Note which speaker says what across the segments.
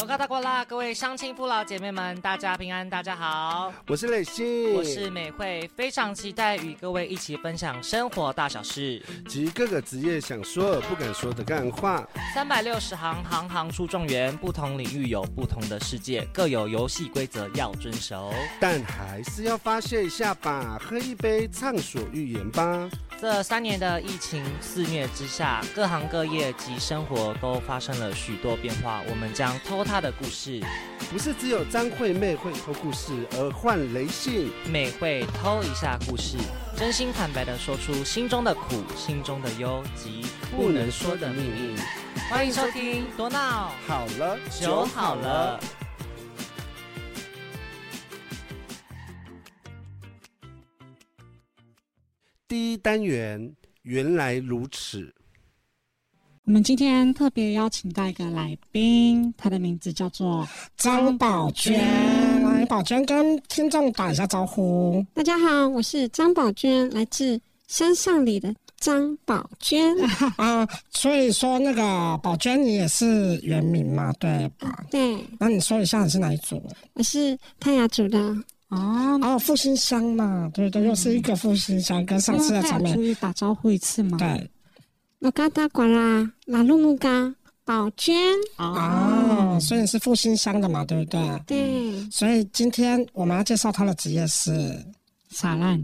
Speaker 1: 罗嘎大过啦，各位乡亲父老姐妹们，大家平安，大家好，
Speaker 2: 我是磊鑫，
Speaker 1: 我是美惠，非常期待与各位一起分享生活大小事
Speaker 2: 及各个职业想说而不敢说的干话。
Speaker 1: 三百六十行，行行出状元，不同领域有不同的世界，各有游戏规则要遵守，
Speaker 2: 但还是要发泄一下吧，喝一杯畅所欲言吧。
Speaker 1: 这三年的疫情肆虐之下，各行各业及生活都发生了许多变化。我们将偷他的故事，
Speaker 2: 不是只有张惠妹会偷故事，而换雷信
Speaker 1: 美会偷一下故事，真心坦白的说出心中的苦、心中的忧及不能说的秘密。。欢迎收听《多闹
Speaker 2: 好了，
Speaker 1: 酒好了》。。
Speaker 2: 第一单元原来如此，
Speaker 3: 我们今天特别邀请到一个来宾，他的名字叫做
Speaker 4: 张宝娟，来，宝娟跟听众打一下招呼。
Speaker 3: 大家好，我是张宝娟，来自山上里的张宝娟。
Speaker 4: 啊、所以说那个宝娟，你也是原名嘛，对吧？
Speaker 3: 对，
Speaker 4: 那你说一下你是哪一组？
Speaker 3: 我是泰雅族的。 哦，
Speaker 4: 哦，复兴乡嘛，对对，又是一个复兴乡，跟上次的场面
Speaker 3: 注，意打招呼一次吗？
Speaker 4: 对。
Speaker 3: 我嘎达管
Speaker 5: 啊
Speaker 3: 啦，拉路木嘎，宝娟。
Speaker 4: 哦，所以你是复兴乡的嘛，对不对？
Speaker 3: 对，
Speaker 4: 所以今天我们要介绍他的职业是，
Speaker 3: 傻烂。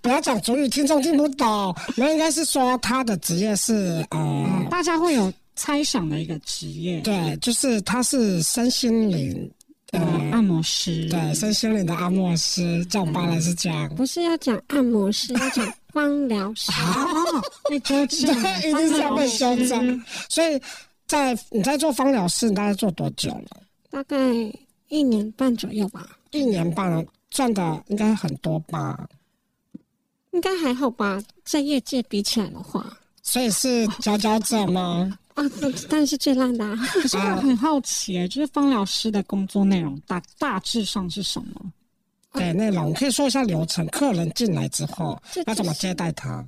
Speaker 4: 不要讲主语，听众听不懂。我们应该是说他的职业是，呃，
Speaker 3: 大家会有猜想的一个职业，
Speaker 4: 对，就是他是身心灵，
Speaker 3: 呃，按摩师。
Speaker 4: 对，身心灵的按摩师，叫我爸来是这样。
Speaker 5: 不是要讲按摩师，要讲芳疗师。
Speaker 4: 哦，
Speaker 3: 被纠正，
Speaker 4: 对，一定是要被修正。所以在你在做芳疗师，你大概做多久了？
Speaker 5: 大概一年半左右吧，
Speaker 4: 一年半了，赚的应该很多吧？
Speaker 5: 应该还好吧。在业界比起来的话，
Speaker 4: 所以是佼佼者 吗？
Speaker 5: 啊，那当然是最烂的、啊。
Speaker 3: 可是 我很好奇，就是芳疗师的工作内容大大致上是什么？
Speaker 4: 对，内容可以说一下流程，客人进来之后
Speaker 5: 这
Speaker 4: 要怎么接待他？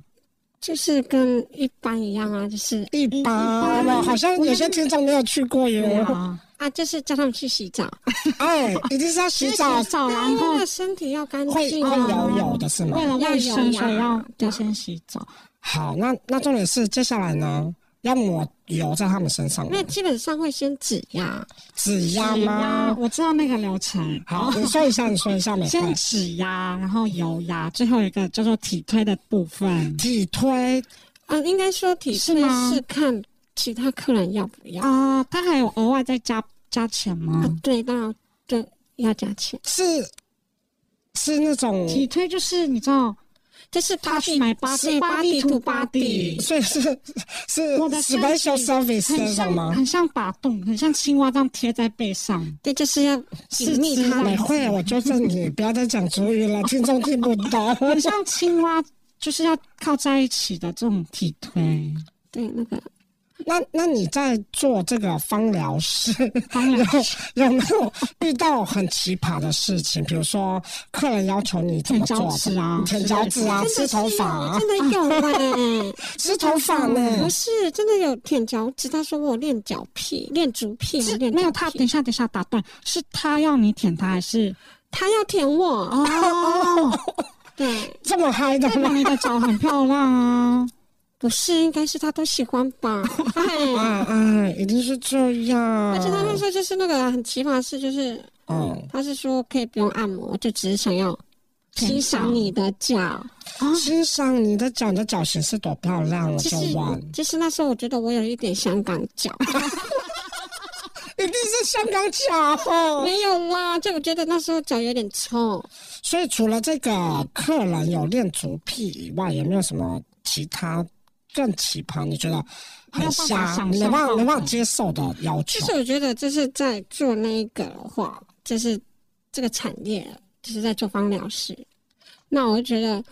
Speaker 5: 就是跟一般一样啊，就是
Speaker 4: 一般，啊我好像有些听众没有去过哟。
Speaker 3: 啊，
Speaker 5: 啊，就是叫他们去洗澡，
Speaker 4: 哎，一定是要洗澡，
Speaker 3: 洗澡，然
Speaker 5: 因
Speaker 3: 后
Speaker 5: 为身体要干
Speaker 4: 会
Speaker 5: 净
Speaker 4: 会
Speaker 5: 啊。
Speaker 4: 游泳的是吗
Speaker 3: 为？了卫生，所以要要
Speaker 5: 对
Speaker 3: 先洗澡。
Speaker 4: 好，那那重点是接下来呢，要抹油在他们身上吗
Speaker 5: 那，基本上会先指压，
Speaker 4: 指压
Speaker 3: 指压
Speaker 4: 吗？
Speaker 3: 我知道那个流程。
Speaker 4: 好，你说一下，你说一下，哎美
Speaker 3: 先
Speaker 4: 惠。
Speaker 3: 指压，然后油压，最后一个叫做体推的部分。
Speaker 4: 体推
Speaker 5: 啊，应该说体
Speaker 3: 是
Speaker 5: 推
Speaker 3: 吗
Speaker 5: 是看其他客人要不要。
Speaker 3: 啊，它还有额外再加加钱吗
Speaker 5: 啊？，对，当然对，要加钱，
Speaker 4: 是是那种，
Speaker 3: 体推就是你知道，
Speaker 5: 这是
Speaker 3: 他
Speaker 5: 八
Speaker 3: 去
Speaker 5: D
Speaker 3: 买 body
Speaker 5: 是
Speaker 3: body
Speaker 5: body
Speaker 3: to
Speaker 5: to
Speaker 3: body，
Speaker 5: body
Speaker 4: 所以是 是
Speaker 3: 我的身体
Speaker 4: special service
Speaker 3: 很
Speaker 4: 那种
Speaker 3: 像
Speaker 4: 吗？
Speaker 3: 很像把洞，很像青蛙这样贴在背上。
Speaker 5: 对，就是要
Speaker 3: 是
Speaker 5: 紧密
Speaker 3: 指
Speaker 5: 它
Speaker 3: 压
Speaker 4: 美惠，我纠正你，不要再讲主语了，听众听不懂。
Speaker 3: 很像青蛙，就是要靠在一起的这种体推。
Speaker 5: 对那个
Speaker 4: 那那你在做这个芳疗师，
Speaker 3: 当然，
Speaker 4: 有没有遇到很奇葩的事情？比如说，客人要求你怎
Speaker 3: 舔
Speaker 4: 么做
Speaker 3: 脚趾 啊，
Speaker 4: 舔脚趾啊，
Speaker 5: 真
Speaker 4: 吃
Speaker 5: 的
Speaker 4: 头
Speaker 5: 是
Speaker 4: 发啊
Speaker 5: 有，真的 有哎、
Speaker 4: 吃头发呢
Speaker 5: 不？是真的有舔脚趾。他说我有练脚屁，练足屁，啊
Speaker 3: 是
Speaker 5: 练
Speaker 3: 没有
Speaker 5: 足
Speaker 3: 他，
Speaker 5: 屁
Speaker 3: 等一下，等一下，打断，是他要你舔他，还是
Speaker 5: 他要舔我。
Speaker 3: 哦，
Speaker 5: 对，
Speaker 4: 这么嗨的
Speaker 3: 代表
Speaker 4: 吗？
Speaker 3: 你的脚很漂亮啊？
Speaker 5: 不是，应该是他都喜欢 吧。
Speaker 3: 哦
Speaker 5: 哎，
Speaker 4: 啊哎，一定是这样。
Speaker 5: 而且他那时候就是那个很奇葩的事，就是
Speaker 4: 嗯，
Speaker 5: 他是说可以不用按摩，就只是想要
Speaker 3: 舔
Speaker 5: 欣赏你的脚。
Speaker 4: 欣赏你的脚，你的脚型是多漂亮了，
Speaker 5: 啊其
Speaker 4: 就
Speaker 5: 实
Speaker 4: 完。
Speaker 5: 其实那时候我觉得我有一点香港 脚，
Speaker 4: 一定是香港脚哦。
Speaker 5: 没有啦，就我觉得那时候脚有点臭。
Speaker 4: 所以除了这个客人有练足癖以外，有没有什么其他更奇葩？你觉得很瞎，
Speaker 3: 没
Speaker 4: 没
Speaker 3: 有办法想象
Speaker 4: 办
Speaker 3: 到
Speaker 4: 法没办法接受的要
Speaker 5: 其
Speaker 4: 求
Speaker 5: 实？我觉得，就是在做那一个的话，就是这个产业，就是在做芳疗师。那我就觉得，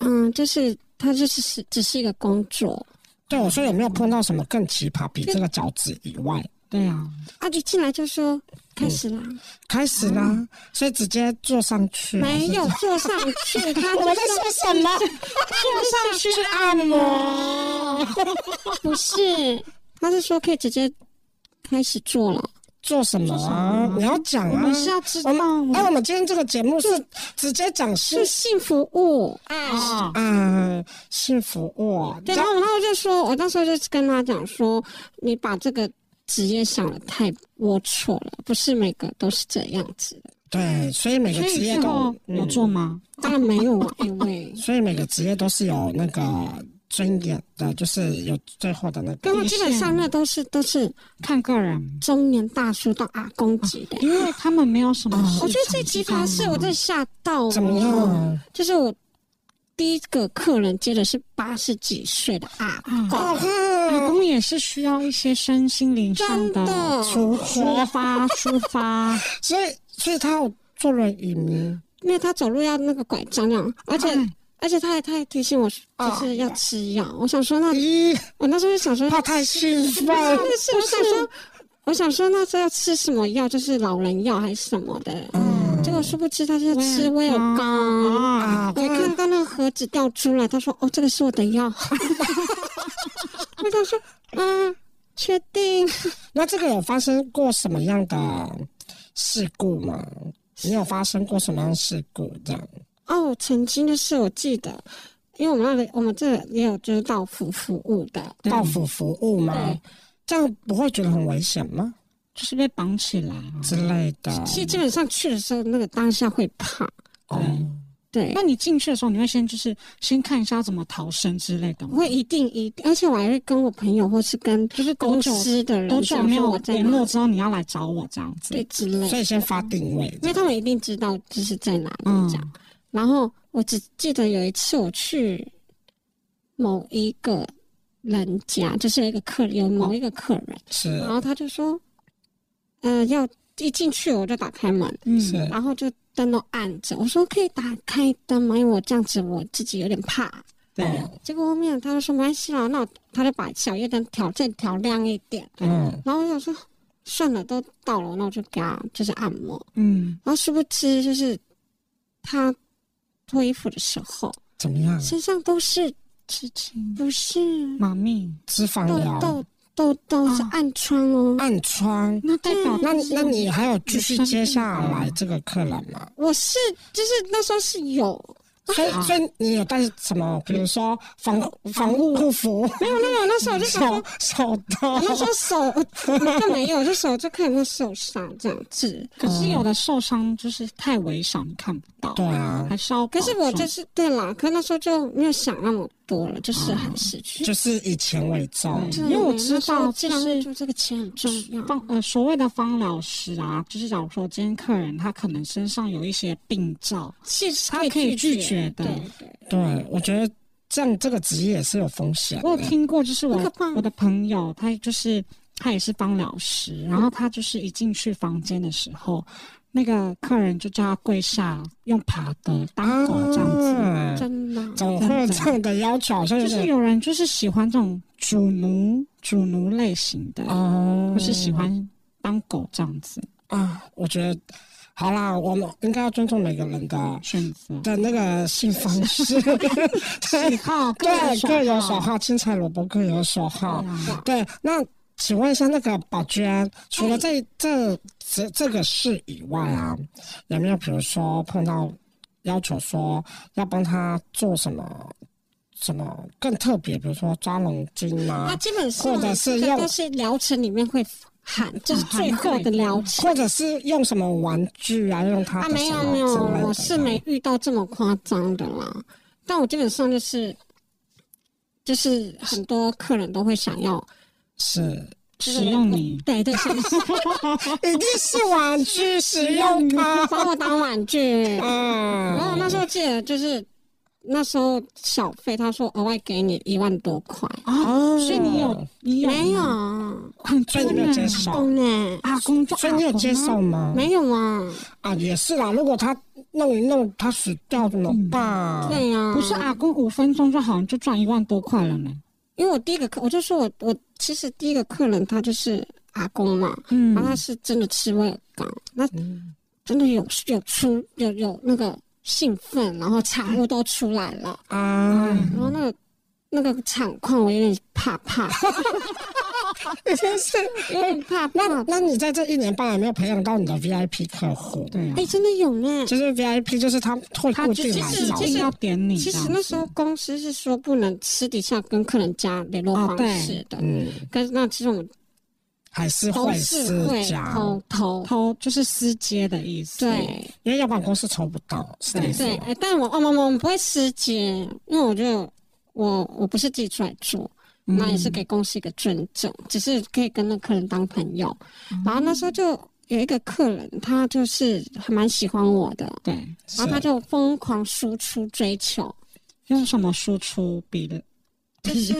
Speaker 5: 嗯，就是它就是是只是一个工作。
Speaker 4: 对，我说有没有碰到什么更奇葩，比这个脚趾以外？
Speaker 3: 对啊，
Speaker 5: 啊，一进来就说开始啦，
Speaker 4: 开始啦，所以直接坐上去。
Speaker 5: 没有坐上 去，他
Speaker 4: 嗯我
Speaker 5: 就
Speaker 4: 在
Speaker 5: 是
Speaker 4: 说什么？坐 上去按摩。
Speaker 5: 不是，他是说可以直接开始做了，
Speaker 4: 做什么啊？你要讲
Speaker 3: 我
Speaker 4: 啊
Speaker 3: 们！是要知道
Speaker 4: 我
Speaker 3: 我
Speaker 4: 们
Speaker 3: 们
Speaker 4: 哎，我们今天这个节目是直接讲性
Speaker 5: 是性服务。
Speaker 4: 哎
Speaker 3: 啊，
Speaker 4: 啊性服务啊，
Speaker 5: 对，然后然后就说，我那时候就跟他讲说，你把这个职业想的太龌龊了，不是每个都是这样子的。
Speaker 4: 对，所以每哦个
Speaker 3: 所
Speaker 4: 职
Speaker 3: 以
Speaker 4: 业
Speaker 3: 最后
Speaker 4: 都
Speaker 3: 有做吗？
Speaker 5: 当然没有啊，因为
Speaker 4: 所以每个职业都是有那个尊严的，就是有最后的那个
Speaker 5: 因。为基本上那都是都是
Speaker 3: 看个人，
Speaker 5: 中年大叔到阿公级的。
Speaker 3: 因为他们没有什么市场。
Speaker 5: 我觉得最奇葩是我真的吓到我，
Speaker 4: 怎么样？啊
Speaker 5: 就是我第一个客人接的是八十几岁的阿公，
Speaker 4: 哦
Speaker 3: 打
Speaker 4: 哼，
Speaker 3: 工也是需要一些身心灵上
Speaker 5: 真
Speaker 3: 的
Speaker 5: 的
Speaker 4: 出
Speaker 3: 抒
Speaker 4: 货，
Speaker 3: 发、抒发。
Speaker 4: 所以所以他有做轮椅吗？
Speaker 5: 因为他走路要那个拐杖那样，而且、
Speaker 3: 嗯
Speaker 5: 而且他还他还提醒我就是要吃药，我想说那
Speaker 4: 咦，
Speaker 5: 我那时候就想说
Speaker 4: 他太兴奋，
Speaker 5: 那是啊我想说，我想说那时候要吃什么药，就是老人药还是什么的。
Speaker 3: 嗯
Speaker 5: 结果殊不知他是吃威尔刚。
Speaker 3: 啊，
Speaker 4: 啊，
Speaker 5: 我一看到那个盒子掉出来，他说：“哦，这个是我的药。” 我想说：“嗯，确定？
Speaker 4: 那这个有发生过什么样的事故吗？你有发生过什么样的事故？这样
Speaker 5: 哦，曾经就是我记得，因为我们那里我们这里也有就是到府服务的，
Speaker 4: 到府服务吗
Speaker 5: 对？
Speaker 4: 这样不会觉得很危险吗？
Speaker 3: 就是被绑起来啊。
Speaker 4: 之类的。
Speaker 5: 其实基本上去的时候，那个当下会怕，
Speaker 4: 哦
Speaker 5: 对
Speaker 3: 那，你进去的时候，你会先就是先看一下要怎么逃生之类的吗？
Speaker 5: 我会一定一定，而且我还会跟我朋友或是跟
Speaker 3: 就是多
Speaker 5: 公
Speaker 3: 久
Speaker 5: 司的人
Speaker 3: 多久
Speaker 5: 讲
Speaker 3: 没
Speaker 5: 说
Speaker 3: 有
Speaker 5: 我在
Speaker 3: 联
Speaker 5: 哪
Speaker 3: 络之后，你要来找我这样子
Speaker 5: 对？之类
Speaker 4: 所
Speaker 5: 的，
Speaker 4: 以先发定位，
Speaker 5: 因为他们一定知道这是在哪里这样。然后我只记得有一次我去某一个人家，就是有一个客人，有某一个客人，
Speaker 4: 是
Speaker 5: 然后他就说，呃，要一进去我就打开门，
Speaker 3: 嗯，
Speaker 4: 是
Speaker 5: 然后就灯都暗着，我说可以打开灯吗？因为我这样子我自己有点怕。
Speaker 4: 对，
Speaker 5: 结果后面他就说没关系啦，那我他就把小夜灯调再调亮一点，
Speaker 4: 嗯，
Speaker 5: 然后我想说算了，都到了，那我就给他就是按摩，
Speaker 3: 嗯，
Speaker 5: 然后殊不知就是他脱衣服的时候，
Speaker 4: 怎么样？
Speaker 5: 身上都是
Speaker 3: 吃青
Speaker 5: 不是
Speaker 3: 嗯妈咪，
Speaker 4: 脂肪
Speaker 5: 痘
Speaker 4: 瘤、
Speaker 5: 痘痘痘
Speaker 4: 啊
Speaker 5: 是暗疮哦。
Speaker 4: 暗疮，
Speaker 3: 那代表
Speaker 4: 那
Speaker 3: 就是
Speaker 4: 那你还有继续接下来这个客人吗？
Speaker 5: 我是就是那时候是
Speaker 4: 啊
Speaker 5: 有
Speaker 4: 所以所以你有带什么？比如说防防护服、
Speaker 5: 没有没有，那时候我就想
Speaker 4: 手
Speaker 5: 说。
Speaker 4: 手套
Speaker 5: 我，那时候手，我那个没有，就手就看有没有受伤这样子。
Speaker 3: 可是有的受伤就是太微小，你看不到，
Speaker 4: 对啊，
Speaker 3: 还是要保
Speaker 5: 可
Speaker 3: 重。
Speaker 5: 是我就是对啦，可那时候就没有想那么多了，就是还是去。
Speaker 4: 就是以钱为重。
Speaker 5: 对
Speaker 3: 因为我知道
Speaker 5: 那时
Speaker 3: 就
Speaker 5: 候
Speaker 3: 是
Speaker 5: 记账入住这个钱很重要。
Speaker 3: 方呃所谓的方疗师啊，就是假如说今天客人他可能身上有一些病灶，
Speaker 5: 其实
Speaker 3: 他可以拒绝的
Speaker 5: 对对，
Speaker 4: 对，我觉得这样这个职业也是有风险
Speaker 3: 我有
Speaker 4: 的。
Speaker 3: 听过，就是我
Speaker 5: 很可怕
Speaker 3: 我的朋友，他就是他也是方疗师，然后他就是一进去房间的时候，那个客人就叫他跪下，用爬的当狗这样子。
Speaker 4: 啊
Speaker 5: 真的。
Speaker 3: 哦
Speaker 4: 怎么会有这样的要求？好像有
Speaker 3: 就是
Speaker 4: 点
Speaker 3: 有人就是喜欢这种主奴主奴类型的，
Speaker 4: 哦
Speaker 3: 不是喜欢当狗这样子
Speaker 4: 啊，我觉得好啦，我们应该要尊重每个人的
Speaker 3: 选择。
Speaker 4: 的那个性方式， 对
Speaker 5: 哦
Speaker 3: 好，
Speaker 4: 对，各有所
Speaker 3: 好。
Speaker 4: 好，青菜萝卜各有所好。对，那请问一下，那个宝娟，除了这这这这个事以外啊，有没有比如说碰到要求说要帮他做什么什么更特别，比如说抓龙筋
Speaker 5: 他
Speaker 4: 啊，
Speaker 5: 基本上
Speaker 4: 或者是
Speaker 5: 这个
Speaker 4: 用
Speaker 5: 都是疗程里面会喊，就是
Speaker 3: 啊
Speaker 5: 最后的疗程。
Speaker 4: 或者是用什么玩具啊，用他
Speaker 5: 啊，
Speaker 4: 的
Speaker 5: 没
Speaker 4: 什
Speaker 5: 有
Speaker 4: 么
Speaker 5: 没有
Speaker 4: 之类，的
Speaker 5: 我是没遇到这么夸张的啦。但我基本上就是，就是很多客人都会想要
Speaker 4: 是。
Speaker 3: 使用你，
Speaker 5: 对对， 想
Speaker 4: 一定是玩具使用 它。
Speaker 5: 把我当 玩具。然后
Speaker 4: 嗯，
Speaker 5: 那时候记得就是那时候小费，他说额外给你一万多块，
Speaker 4: 哦，
Speaker 3: 所以你有你有
Speaker 5: 没有
Speaker 3: 很啊
Speaker 4: 所以你没有接受，
Speaker 5: 公呢？
Speaker 3: 阿公就
Speaker 4: 所以你有接受吗？
Speaker 5: 没有啊，
Speaker 4: 啊，也是啦。如果他弄一弄，他死掉怎么办？啊
Speaker 5: 对呀、
Speaker 3: 不是阿公五分钟就好像就赚一万多块了呢。
Speaker 5: 因为我第一个客，我就说我我其实第一个客人他就是阿公嘛，
Speaker 3: 嗯
Speaker 5: 然后他是真的吃威尔刚，那
Speaker 4: 嗯
Speaker 5: 真的有有出有有那个兴奋，然后产物都出来了，
Speaker 4: 啊，
Speaker 5: 然后那个那个场况我有点怕怕，
Speaker 4: 已经是
Speaker 5: 有点 怕怕
Speaker 4: 那。那你在这一年半有没有培养到你的 VIP 客户？
Speaker 3: 对啊
Speaker 5: 哎、，真的有呢。
Speaker 4: 就是 VIP，就是他会
Speaker 3: 他
Speaker 4: 固
Speaker 3: 就
Speaker 4: 定
Speaker 3: 是
Speaker 4: 来
Speaker 5: 其实
Speaker 4: 找
Speaker 5: 其
Speaker 3: 一
Speaker 5: 实
Speaker 3: 定要点你这
Speaker 5: 其
Speaker 3: 样子。
Speaker 5: 实那时候公司是说不能私底下跟客人加联络
Speaker 3: 哦
Speaker 5: 方
Speaker 3: 对
Speaker 5: 式的，
Speaker 4: 嗯，
Speaker 5: 但是那其实我们
Speaker 4: 还是
Speaker 5: 都
Speaker 4: 会哦
Speaker 5: 是会
Speaker 4: 私加，
Speaker 5: 偷偷
Speaker 3: 偷就是私接的意思。
Speaker 5: 对
Speaker 4: 因为要不然公司抽不到，是这个意思
Speaker 5: 对，
Speaker 4: 吗
Speaker 5: 哎，但我我们我们不会私接，因为我觉得我我不是自己出来做，
Speaker 3: 嗯，
Speaker 5: 那也是给公司一个尊重，只是可以跟那客人当朋友。
Speaker 3: 嗯
Speaker 5: 然后那时候就有一个客人，他就是还蛮喜欢我的，
Speaker 3: 对，
Speaker 5: 然后他
Speaker 4: 是
Speaker 5: 就疯狂输出追求，
Speaker 3: 用什么输出比的？
Speaker 5: 就是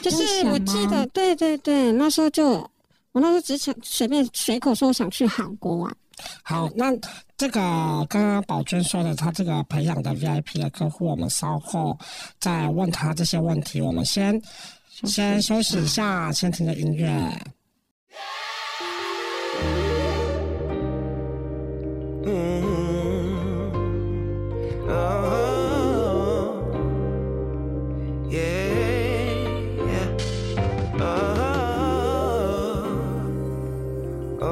Speaker 5: 就是
Speaker 3: 想
Speaker 5: 我记
Speaker 3: 吗
Speaker 5: 得，对对对，那时候就我那时候只想随便随口说我想去韩国玩，
Speaker 4: 好，那这个刚刚宝娟说的，她这个培养的 VIP 的客户，我们稍后再问她这些问题。我们先先休息一下，先听个音乐。
Speaker 6: Mm. Oh. Yeah. Uh-huh. Oh. Oh.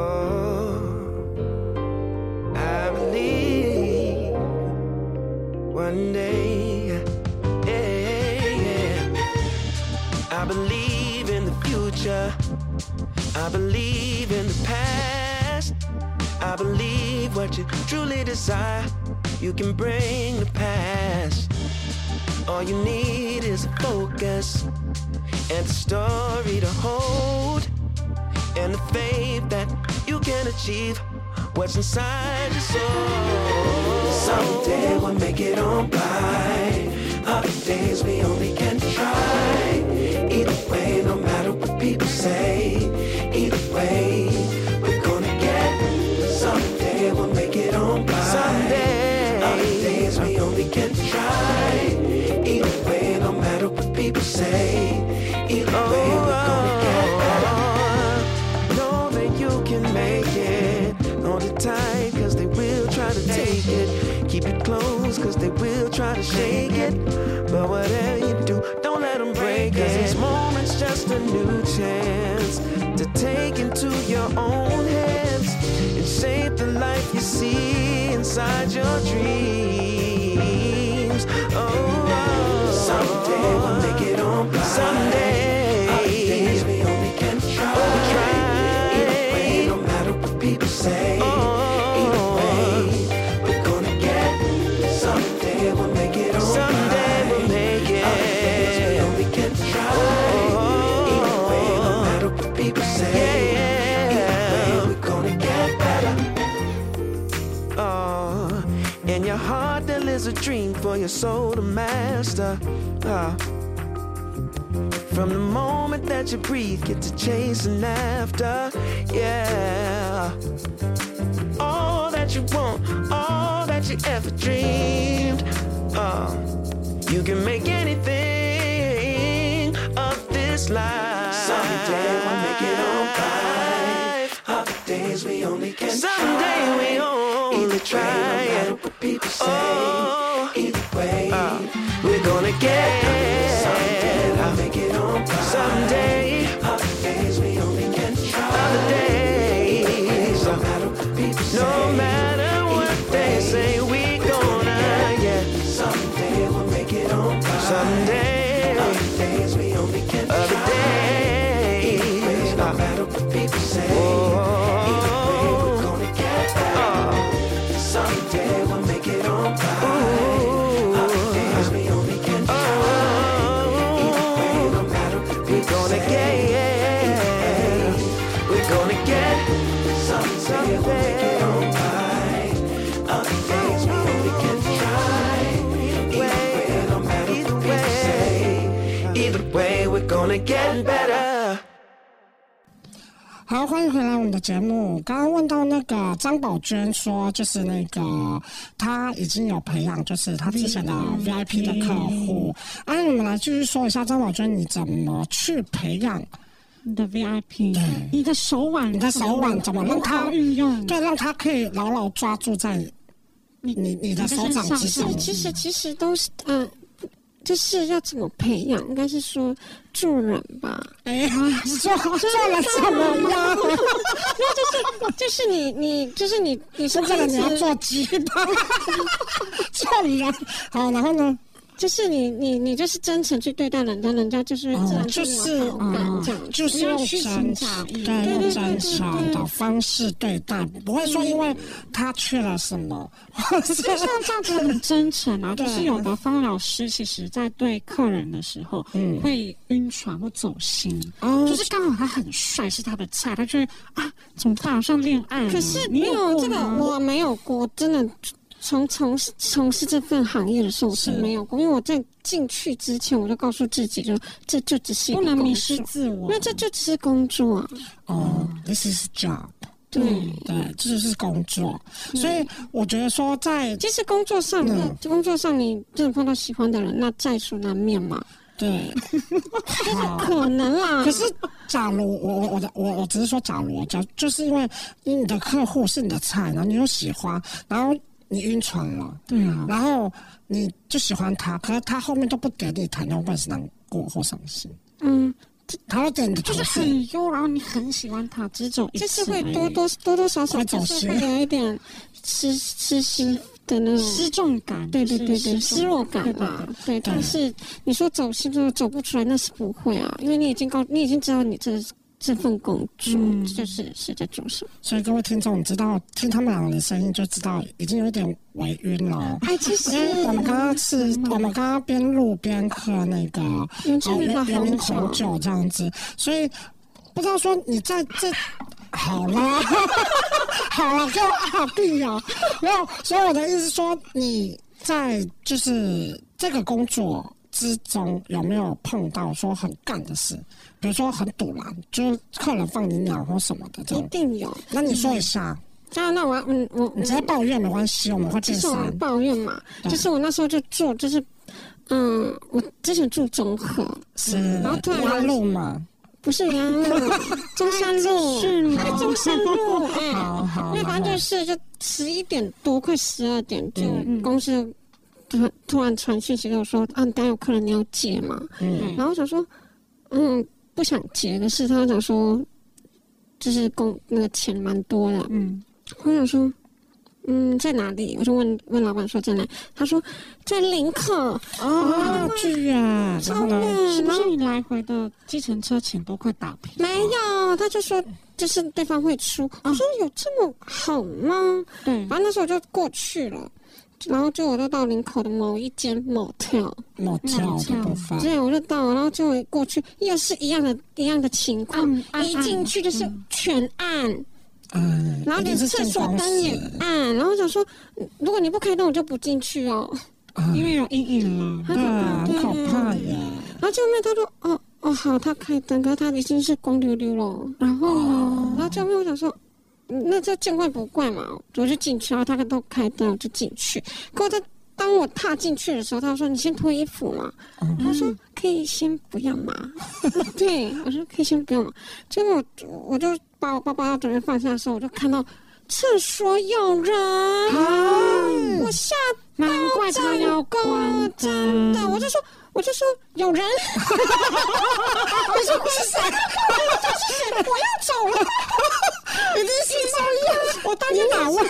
Speaker 6: Uh-huh. I believe one day. Yeah. I believe in the future. I believe in the past. I believe what you truly desire, you can bring to pass. All you need is a focus and a story to hold, and the faith that you can achieve what's inside your soul. Someday we'll make it on by. Other days we only can try. Either way, no matter what people say, either way, we're gonna get someday we'll make it on by. Someday, other days we only can try. Either way, no matter what people say, either way, we're gonna get better. Know that you can make it. Hold it tight, cause they will try to take it. Keep it close, cause they will try to shake it. But whatever you do, don't let them break it. Cause this moment's just a new chance to take into your own hands and shape the life you see inside your dreams. Oh, someday we'll make it on by. Someday. Other days we only can try. Either way, no matter what people say. Either way, we're gonna get someday we'll make it on Someday we'll make it. Other days we only can try. Either way, no matter what people say. Either way, we're gonna get better. Oh, in your heart there lives a dream for your soul to master. Ah. From the moment that you breathe, get to chasing after, yeah. All that you want, all that you ever dreamed, uh, you can make anything of this life. Someday we'll make it on by. Other days we only can Someday we only try. Oh. Way, no matter what people say, either way, we're gonna get. Uh. Someday we'll make it on by. Someday. Other days we only can try. Other days. No matter what people say. No matter what they say, we gonna get. Someday we'll make it on by. Someday. Other days we only can try. Other days. No matter what people say. Either way, we're gonna get better. Someday we'll make it on by. Other days we only can try. Either way, no matter what people say. Either way, we're gonna get someday we'll make it on by. Other days we only can try. Either way, no matter what people say. Either way, we're gonna get better.
Speaker 4: 好，欢迎回来我们的节目。刚刚问到那个张宝娟说，就是那个她已经有培养，就是她之前的 VIP 的客户。哎、啊，你们来继续说一下，张宝娟你怎么去培养？
Speaker 3: 你的 VIP，你的手腕，
Speaker 4: 你的手腕怎么让
Speaker 3: 他
Speaker 4: 它
Speaker 3: 运用？
Speaker 4: 对，让她可以牢牢抓住在你你你的手掌之
Speaker 3: 你的身上
Speaker 4: 上。
Speaker 5: 其实其实都是嗯、呃就是要怎么培养？应该是说助人吧。
Speaker 4: 哎，做做了什么呀？
Speaker 5: 就是你，你就是你，你是
Speaker 4: 是这个
Speaker 5: 坚
Speaker 4: 你要
Speaker 5: 持，
Speaker 4: 做鸡巴， 做人好，然后呢？
Speaker 5: 就是你，你，你就是真诚去对待人家，人家就是会自然
Speaker 4: 就
Speaker 5: 对你有
Speaker 4: 是
Speaker 5: 好感这样子
Speaker 4: 就是
Speaker 5: 不要
Speaker 4: 用
Speaker 5: 虚
Speaker 4: 真诚
Speaker 5: 情假意，
Speaker 4: 对
Speaker 5: 对
Speaker 4: 用
Speaker 5: 对
Speaker 4: 真
Speaker 5: 对
Speaker 4: 诚
Speaker 5: 对
Speaker 4: 的方式对待，不会说因为他缺了什么，或者是
Speaker 3: 就像这样子很真诚啊，
Speaker 4: 对
Speaker 3: 就是有的芳疗师其实在对客人的时候，
Speaker 4: 嗯
Speaker 3: 会晕船或走心，
Speaker 4: 哦
Speaker 3: 就是刚好他很帅是他的菜，他就会啊，怎么他好像恋爱了？
Speaker 5: 可是
Speaker 3: 你
Speaker 5: 没有
Speaker 3: 过
Speaker 5: 这个
Speaker 3: 吗，
Speaker 5: 我没有过，真的从从事从事这份行业的时候我是
Speaker 4: 是
Speaker 5: 没有过，因为我在进去之前我就告诉自己就，这就只是一
Speaker 3: 不
Speaker 5: 个
Speaker 3: 能
Speaker 5: 工
Speaker 3: 迷失
Speaker 5: 作，
Speaker 3: 自我
Speaker 5: 那。这就只是工作啊。
Speaker 4: 哦，this is job。
Speaker 5: 对
Speaker 4: 嗯对，这就是工作，所以我觉得说在
Speaker 5: 其实工作上，
Speaker 4: 嗯
Speaker 5: 工作上你真的碰到喜欢的人，那在所难免嘛，
Speaker 4: 对，好。
Speaker 5: 可能啊啦。
Speaker 4: 可是，假如我我我的我我只是说，假如假就是因为你的客户是你的菜，然后你又喜欢，然后你晕船了，
Speaker 3: 对啊，
Speaker 4: 然后你就喜欢他，可是他后面都不给你谈，你会不会是难过或伤心？
Speaker 5: 嗯，
Speaker 4: 他会给你的
Speaker 3: 就是
Speaker 4: 同事
Speaker 3: 很优，然后你很喜欢他，只走一次
Speaker 5: 就
Speaker 3: 而已，
Speaker 5: 是会多多多多少少
Speaker 4: 会走
Speaker 5: 就是
Speaker 4: 心
Speaker 5: 会有一点失失失的那种。
Speaker 3: 失重感，
Speaker 5: 对对对
Speaker 3: 就是
Speaker 5: 对，
Speaker 3: 失
Speaker 5: 失落
Speaker 3: 重
Speaker 5: 感啦，
Speaker 4: 对
Speaker 5: 对。但是你说走心就是走不出来，那是不会啊，因为你已经告，你已经知道你这这份工作、
Speaker 3: 嗯
Speaker 5: 就是是在做什么。
Speaker 4: 所以各位听众，你知道听他们两个的声音就知道已经有点微晕了。
Speaker 5: 哎，其实
Speaker 4: 因为我们刚刚吃，我们刚刚边录边喝那个
Speaker 5: 原住民的
Speaker 4: 呃原
Speaker 5: 红
Speaker 4: 民红
Speaker 5: 酒，
Speaker 4: 酒这样子，所以不知道说你在这好啦， 好了，给我好病哦。没有，所以我的意思是说你在就是这个工作。之中有没有碰到说很干的事，比如说很堵拦，就是客人放你鸟或什么的这
Speaker 5: 一
Speaker 4: 种？
Speaker 5: 定有。
Speaker 4: 那你说一下，
Speaker 5: 当然，那我要嗯我
Speaker 4: 你直接抱怨没关系，我们会
Speaker 5: 其
Speaker 4: 变
Speaker 5: 实我
Speaker 4: 三
Speaker 5: 会。抱怨嘛，
Speaker 4: 对
Speaker 5: 就是我那时候就做，就是嗯，我之前住中和，
Speaker 4: 是
Speaker 5: 嗯然后突然
Speaker 4: 弯路嘛，
Speaker 5: 不是原路， 中山路，
Speaker 3: 是吗
Speaker 5: 哎中山路，哎，
Speaker 4: 好
Speaker 3: 哦
Speaker 4: 好
Speaker 5: 那反正就是就十一点多，快十二点，就
Speaker 3: 嗯
Speaker 5: 公司突突然传讯息给我说，啊，你等下有客人你要接嘛？
Speaker 4: 嗯
Speaker 5: 然后我想说，嗯，不想接的是他想说，就是工那个钱蛮多的，
Speaker 3: 嗯，
Speaker 5: 我想说。嗯，在哪里？我就问问老板说在哪，他说在林口，
Speaker 3: 啊
Speaker 4: 哦，巨远，然
Speaker 5: 超
Speaker 4: 后呢？
Speaker 5: 远，
Speaker 3: 嗯是不
Speaker 5: 嗯然后
Speaker 3: 是你来回的计程车钱都快打平？
Speaker 5: 没有，他就说就是对方会出，
Speaker 3: 啊
Speaker 5: 我说有这么好吗？
Speaker 3: 对
Speaker 5: 然，后那时候我就过去了，然后就我就到林口的某一间 motel，
Speaker 4: 某跳的部分，
Speaker 5: 对，我就到了，然后就过去又是一样的一样的情况，
Speaker 3: 嗯暗
Speaker 5: 一
Speaker 3: 暗
Speaker 5: 进去就是全暗，
Speaker 4: 嗯，
Speaker 5: 然后
Speaker 4: 一
Speaker 5: 连
Speaker 4: 定是
Speaker 5: 厕所
Speaker 4: 进公
Speaker 5: 灯也
Speaker 4: 司
Speaker 5: 暗，然后我想说，嗯如果你不开灯，我就不进去哦。
Speaker 3: 因为有阴影了。
Speaker 4: 哎对，很可怕耶。
Speaker 5: 然后就面他说，哦哦好，他开灯，可是他已经是光溜溜了。
Speaker 3: 然后呢？
Speaker 5: 然后就面我想说，嗯那这见怪不怪嘛，我就进去，然后他都开灯，我就进去。可我在当我踏进去的时候，他说你先脱衣服嘛，他说可以先不要嘛， 对我说可以先不要嘛。结果我我就把我包包要准备放下的时候，我就看到厕所有人，我吓到
Speaker 3: 啊难怪他要
Speaker 5: 狗
Speaker 3: 关灯
Speaker 5: 真的，我就说我就说有人，
Speaker 4: 你说是谁？
Speaker 5: 我要走了。
Speaker 4: 一定是中央。我当你哪位？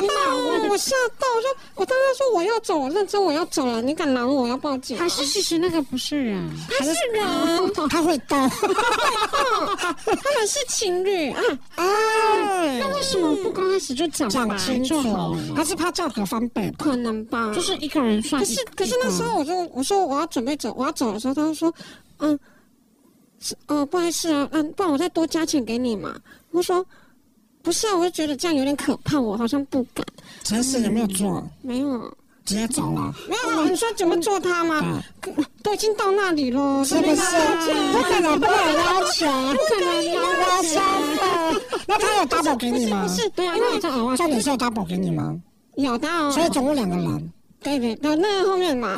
Speaker 5: 你哪位？我吓到，我说我当时说我要走，我认真我要走了，你敢拦我，我要报警。
Speaker 3: 还哎是其实那个不是人，
Speaker 5: 他是人，
Speaker 4: 他会动。
Speaker 5: 他们是情侣啊，
Speaker 4: 哎，
Speaker 3: 为什么不刚开始就讲
Speaker 4: 讲
Speaker 3: 白
Speaker 4: 清
Speaker 3: 就
Speaker 4: 楚
Speaker 3: 好了？，
Speaker 4: 他是怕价格翻倍吧？
Speaker 5: 可能吧。
Speaker 3: 就是一个人算
Speaker 5: 可
Speaker 3: 一
Speaker 5: 是 可是那时候我就我说我要准备走，我要走的时候，他就说，嗯，是哦，不好意思啊，嗯，不然我再多加钱给你嘛。我说不是啊，我就觉得这样有点可怕，我好像不敢。
Speaker 4: 诚实也没有做，
Speaker 5: 没有啊
Speaker 4: 直接走了，
Speaker 5: 没有，你说怎么做他吗？可都已经到那里了，
Speaker 4: 嗯是不是
Speaker 5: 道歉？？
Speaker 4: 不可能，不能要求， 不
Speaker 5: 可能要
Speaker 4: 要消费。那他有 double 给你吗？
Speaker 5: 不是，
Speaker 3: 对啊，
Speaker 5: 因
Speaker 3: 那
Speaker 5: 为
Speaker 3: 你在额外
Speaker 4: 重点是有 double 给你吗？
Speaker 5: 有的哦，
Speaker 4: 所以总共啊两个人，
Speaker 5: 对对对，那后面嘛，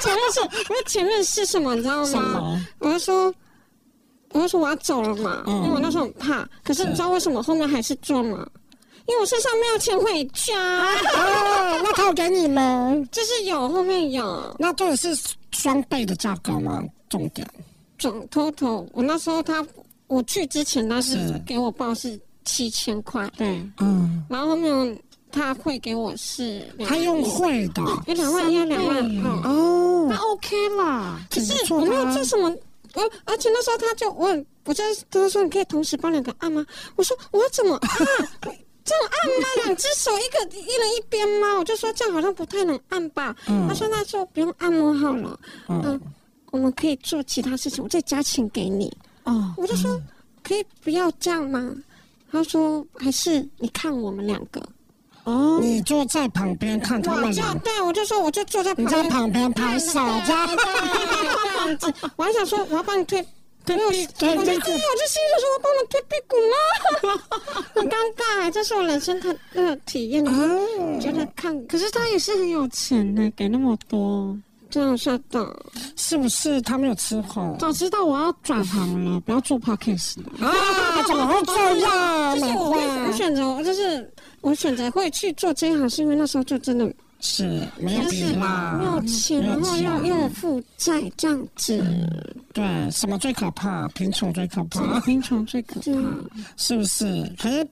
Speaker 5: 前面前面是，因为前面是什么，你知道
Speaker 4: 什
Speaker 5: 吗？
Speaker 4: 么？
Speaker 5: 我就说，我就说我要走了嘛，
Speaker 4: 嗯
Speaker 5: 因为我那时候很怕。可是你知道为什么后面还是做嘛？因为我身上没有钱回家，
Speaker 4: 哦，那他有给你吗？
Speaker 5: 就是有后面有
Speaker 4: 那重点是双倍的价格吗？重点
Speaker 5: 总 total，我那时候他我去之前他是
Speaker 4: 是
Speaker 5: 给我报是七千块，
Speaker 3: 对，
Speaker 4: 嗯，
Speaker 5: 然后后面他会给我是两
Speaker 4: 他用会的
Speaker 5: 有两万要两万嗯二，
Speaker 4: 哦
Speaker 3: 那，OK 啦。
Speaker 5: 可
Speaker 4: 挺不
Speaker 5: 是
Speaker 4: 错
Speaker 5: 我
Speaker 4: 的
Speaker 5: 没有
Speaker 4: 啊
Speaker 5: 做什么，而而且那时候他就我我就跟他说你可以同时帮两个按吗？我说我要怎么按？这样按吗？两只手一个一人一边吗？我就说这样好像不太能按吧。
Speaker 4: 嗯
Speaker 5: 他说那就不用按摩好了，嗯、
Speaker 4: 嗯
Speaker 5: 我们可以做其他事情，我再加钱给你。
Speaker 3: 哦，
Speaker 5: 我就说可以不要这样吗？他说还是你看我们两个，
Speaker 3: 哦，
Speaker 4: 你坐在旁边看他
Speaker 5: 我
Speaker 4: 们
Speaker 5: 就
Speaker 4: 俩，
Speaker 5: 对我就说我就坐在旁
Speaker 4: 你在
Speaker 5: 边。
Speaker 4: 旁边拍手，这样
Speaker 5: 我还想说我要帮你推，
Speaker 4: 对
Speaker 5: 没有，我就
Speaker 4: 对
Speaker 5: 对我就
Speaker 4: 对
Speaker 5: 心里想说我帮你推屁股吗？很尴尬，这是我人生看那个体验，我觉得看
Speaker 3: 可是他也是很有钱呢，给那么多。
Speaker 5: 真的吓到，
Speaker 4: 是不是他没有吃红
Speaker 3: 早知道我要转行了，不要做 podcast 了。
Speaker 4: 啊？怎么会这样？
Speaker 5: 就是
Speaker 4: 美
Speaker 5: 我我
Speaker 4: 化
Speaker 5: 选择我就是我选择会去做这一行，是因为那时候就真的
Speaker 4: 是没有
Speaker 5: 就是
Speaker 4: 比
Speaker 5: 没有
Speaker 4: 啦，
Speaker 5: 钱，然后又又有负债这样子，
Speaker 4: 对，什么最可怕？贫穷最可怕。
Speaker 3: 贫穷最可
Speaker 5: 对，
Speaker 4: 是不是？可是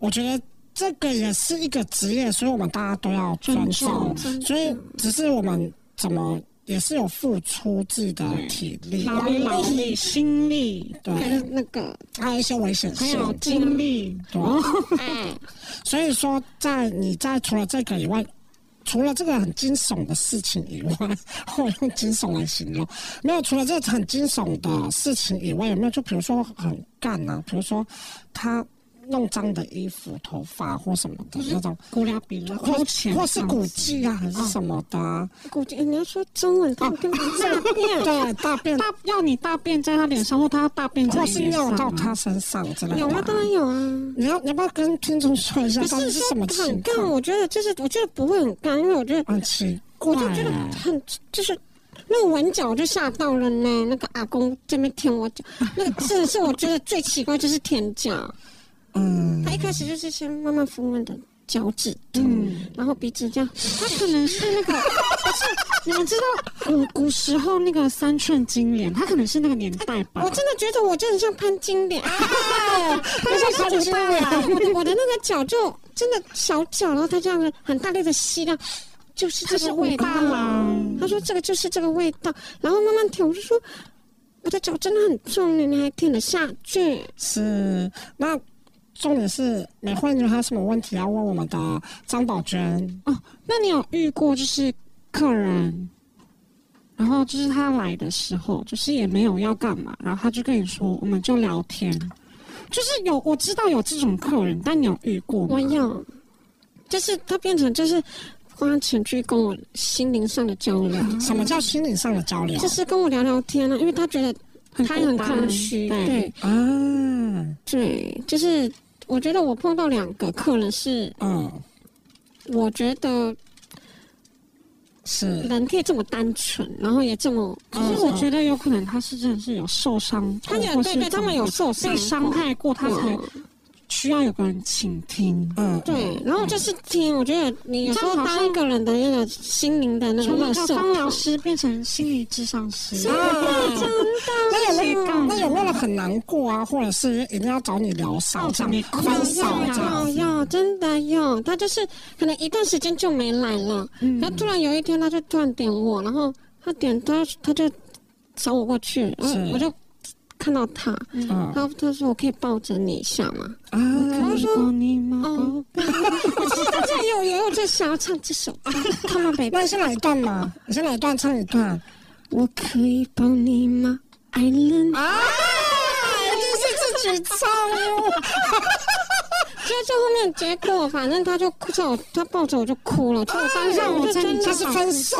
Speaker 4: 我觉得这个也是一个职业，所以我们大家都要尊重。
Speaker 5: 尊重
Speaker 4: 所以只是我们怎么也是有付出自己的体力，
Speaker 3: 怕，劳力、劳力、心力，
Speaker 5: 还
Speaker 4: 对，
Speaker 5: 有那个
Speaker 4: 还有一些危险
Speaker 3: 还
Speaker 4: 性。
Speaker 3: 有精力。
Speaker 4: 对，
Speaker 5: 哎，
Speaker 4: 所以说在你在除了这个以外。除了这个很惊悚的事情以外， 我用惊悚来形容，没有除了这个很惊悚的事情以外，有没有就比如说很干啊，比如说他弄脏的衣服、头发或什么的
Speaker 5: 嗯
Speaker 4: 那种，
Speaker 3: 姑娘比了
Speaker 4: 或
Speaker 3: 偷钱，
Speaker 4: 或是古迹啊，还是什么的啊、
Speaker 5: 估计你要说中文，他跟不上。
Speaker 4: 对，大便，
Speaker 3: 大要你大便在他脸上，或他要大便在
Speaker 4: 或
Speaker 3: 你
Speaker 4: 是
Speaker 3: 脸上
Speaker 4: 尿
Speaker 3: 啊，
Speaker 4: 到他身上之类的
Speaker 5: 有啊，当
Speaker 4: 啊。
Speaker 5: 然有啊。
Speaker 4: 你要你要不要跟听众说一下
Speaker 5: 不
Speaker 4: 到底
Speaker 5: 是
Speaker 4: 是
Speaker 5: 说
Speaker 4: 什么情
Speaker 5: 很干，
Speaker 4: 况？
Speaker 5: 我觉得就是，我觉得不会很干，因为我觉得，
Speaker 4: 很奇
Speaker 5: 我
Speaker 4: 怪
Speaker 5: 就觉得
Speaker 4: 欸，
Speaker 5: 很就是。那个闻脚我就吓到了呢，那个阿公这边舔我脚，那个真的是我觉得最奇怪就是舔脚。
Speaker 4: 嗯，
Speaker 5: 他一开始就是先慢慢抚摸你的脚趾头，然后鼻子这样，
Speaker 3: 他可能是那个，不是你们知道古古时候那个三寸金莲，他可能是那个年代吧
Speaker 5: 我。真的觉得我就很像潘金莲，
Speaker 4: 不是他就是
Speaker 5: 我的我的那个脚就真的小脚，然后他这样很大力的吸量，就是这个味道。
Speaker 3: 郎，
Speaker 5: 他说这个就是这个味道，然后慢慢舔，我就说我的脚真的很重呢，你还舔得下去？
Speaker 4: 是那。重点是美惠，你还有什么问题要问我们的张宝娟？
Speaker 3: 那你有遇过就是客人，然后就是他来的时候，就是也没有要干嘛，然后他就跟你说，我们就聊天。就是有我知道有这种客人，但你有遇过吗
Speaker 5: 我？有，就是他变成就是花钱去跟我心灵上的交流，
Speaker 4: 什么叫心理上的交流？
Speaker 5: 就是跟我聊聊天啊，因为他觉得他也很空虚，
Speaker 3: 孤单
Speaker 5: 对
Speaker 4: 啊，
Speaker 5: 对，就是我觉得我碰到两个客人是，
Speaker 4: 嗯，
Speaker 5: 我觉得
Speaker 4: 是
Speaker 5: 人可以这么单纯，然后也这么，
Speaker 3: 可是我觉得有可能他是真的是有受伤过，
Speaker 5: 嗯他也
Speaker 3: 或
Speaker 5: 对
Speaker 3: 是
Speaker 5: 对，他们有受伤
Speaker 3: 被伤
Speaker 5: 过。
Speaker 3: 害过，他才需要有个人倾听。
Speaker 4: 嗯，
Speaker 5: 对，然后就是听，我觉得你有时候
Speaker 3: 这样好像
Speaker 5: 当一个人的那个心灵的那个
Speaker 3: 从
Speaker 5: 垃
Speaker 3: 一
Speaker 5: 圾
Speaker 3: 个
Speaker 5: 桶
Speaker 3: 芳疗师变成心理智商师，
Speaker 4: 那有没有那有没有很难过啊？或者是一定要找你聊骚这样分手这
Speaker 5: 有
Speaker 4: 样？
Speaker 5: 有，真的有，他就是可能一段时间就没来了，
Speaker 4: 嗯
Speaker 5: 然后突然有一天他就突然点我，然后他点他他就找我过去，然后
Speaker 4: 是
Speaker 5: 我就看到他，
Speaker 4: 嗯
Speaker 5: 然后他说我可以抱着你一下吗？
Speaker 4: 啊，
Speaker 5: 我
Speaker 3: 如
Speaker 5: 说
Speaker 3: 果你妈
Speaker 5: 哦
Speaker 3: 不，
Speaker 5: 我其实大家有也有就想要唱这首歌，他们没
Speaker 4: 那你先来一段嘛，你先来一段唱一段。
Speaker 5: 我可以抱你吗？I love you，
Speaker 4: 啊，这是自己唱哦。
Speaker 5: 就就后面结果，反正他就哭着我，他抱着我就哭了，就我当下我就真的
Speaker 4: 这是分手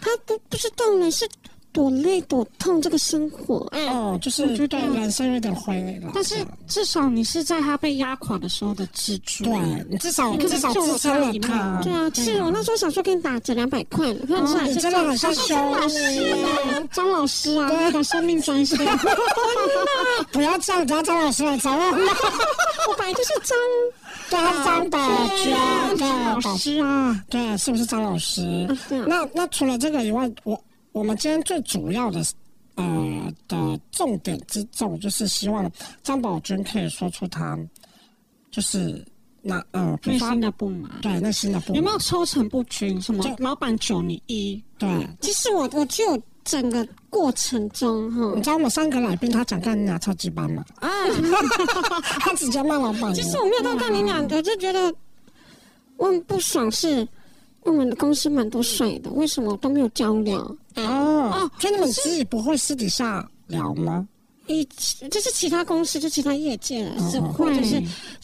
Speaker 5: 他不不知道呢，是多累多痛这个生活。哎、
Speaker 4: 哦，就是对人生有点灰了。
Speaker 3: 但是至少你是在他被压垮的时候的支柱。
Speaker 4: 对你至少至少支撑了他。
Speaker 5: 对啊，是我那时候想说给你打折两百块，你看出来
Speaker 4: 你
Speaker 5: 是
Speaker 4: 真的
Speaker 5: 这样
Speaker 4: 很像修
Speaker 5: 啊
Speaker 4: 女，
Speaker 3: 张老师啊，那个生命专 线，
Speaker 4: 不要这样，不要张老师来找我。
Speaker 5: 啊我本来就是张，
Speaker 4: 对，他是张宝娟，对，
Speaker 3: 老
Speaker 4: 宝
Speaker 3: 师啊，
Speaker 4: 对，是不是张老师？
Speaker 5: 啊对啊
Speaker 4: 那那除了这个以外，我我们今天最主要的呃的重点之重，就是希望张宝娟可以说出她就是那呃，比
Speaker 3: 内
Speaker 4: 方
Speaker 3: 心的不满。
Speaker 4: 对内心的不满
Speaker 3: 有没有抽成不均？什么老板九你一？
Speaker 4: 对？
Speaker 5: 其实我我只有整个过程中哈
Speaker 4: 你，知道我们三个来宾他讲干你俩超级棒吗？
Speaker 5: 啊，
Speaker 4: 他直接骂老板了。
Speaker 5: 其实我没有到干你俩的，我就觉得我很不爽是。我们的公司蛮多帅的，为什么都没有交
Speaker 3: 嗯
Speaker 5: 流？
Speaker 4: 哦，所以你们自己不会私底下聊吗？
Speaker 5: 以就是其他公司，就其他业界的是，
Speaker 4: 哦
Speaker 5: 或者是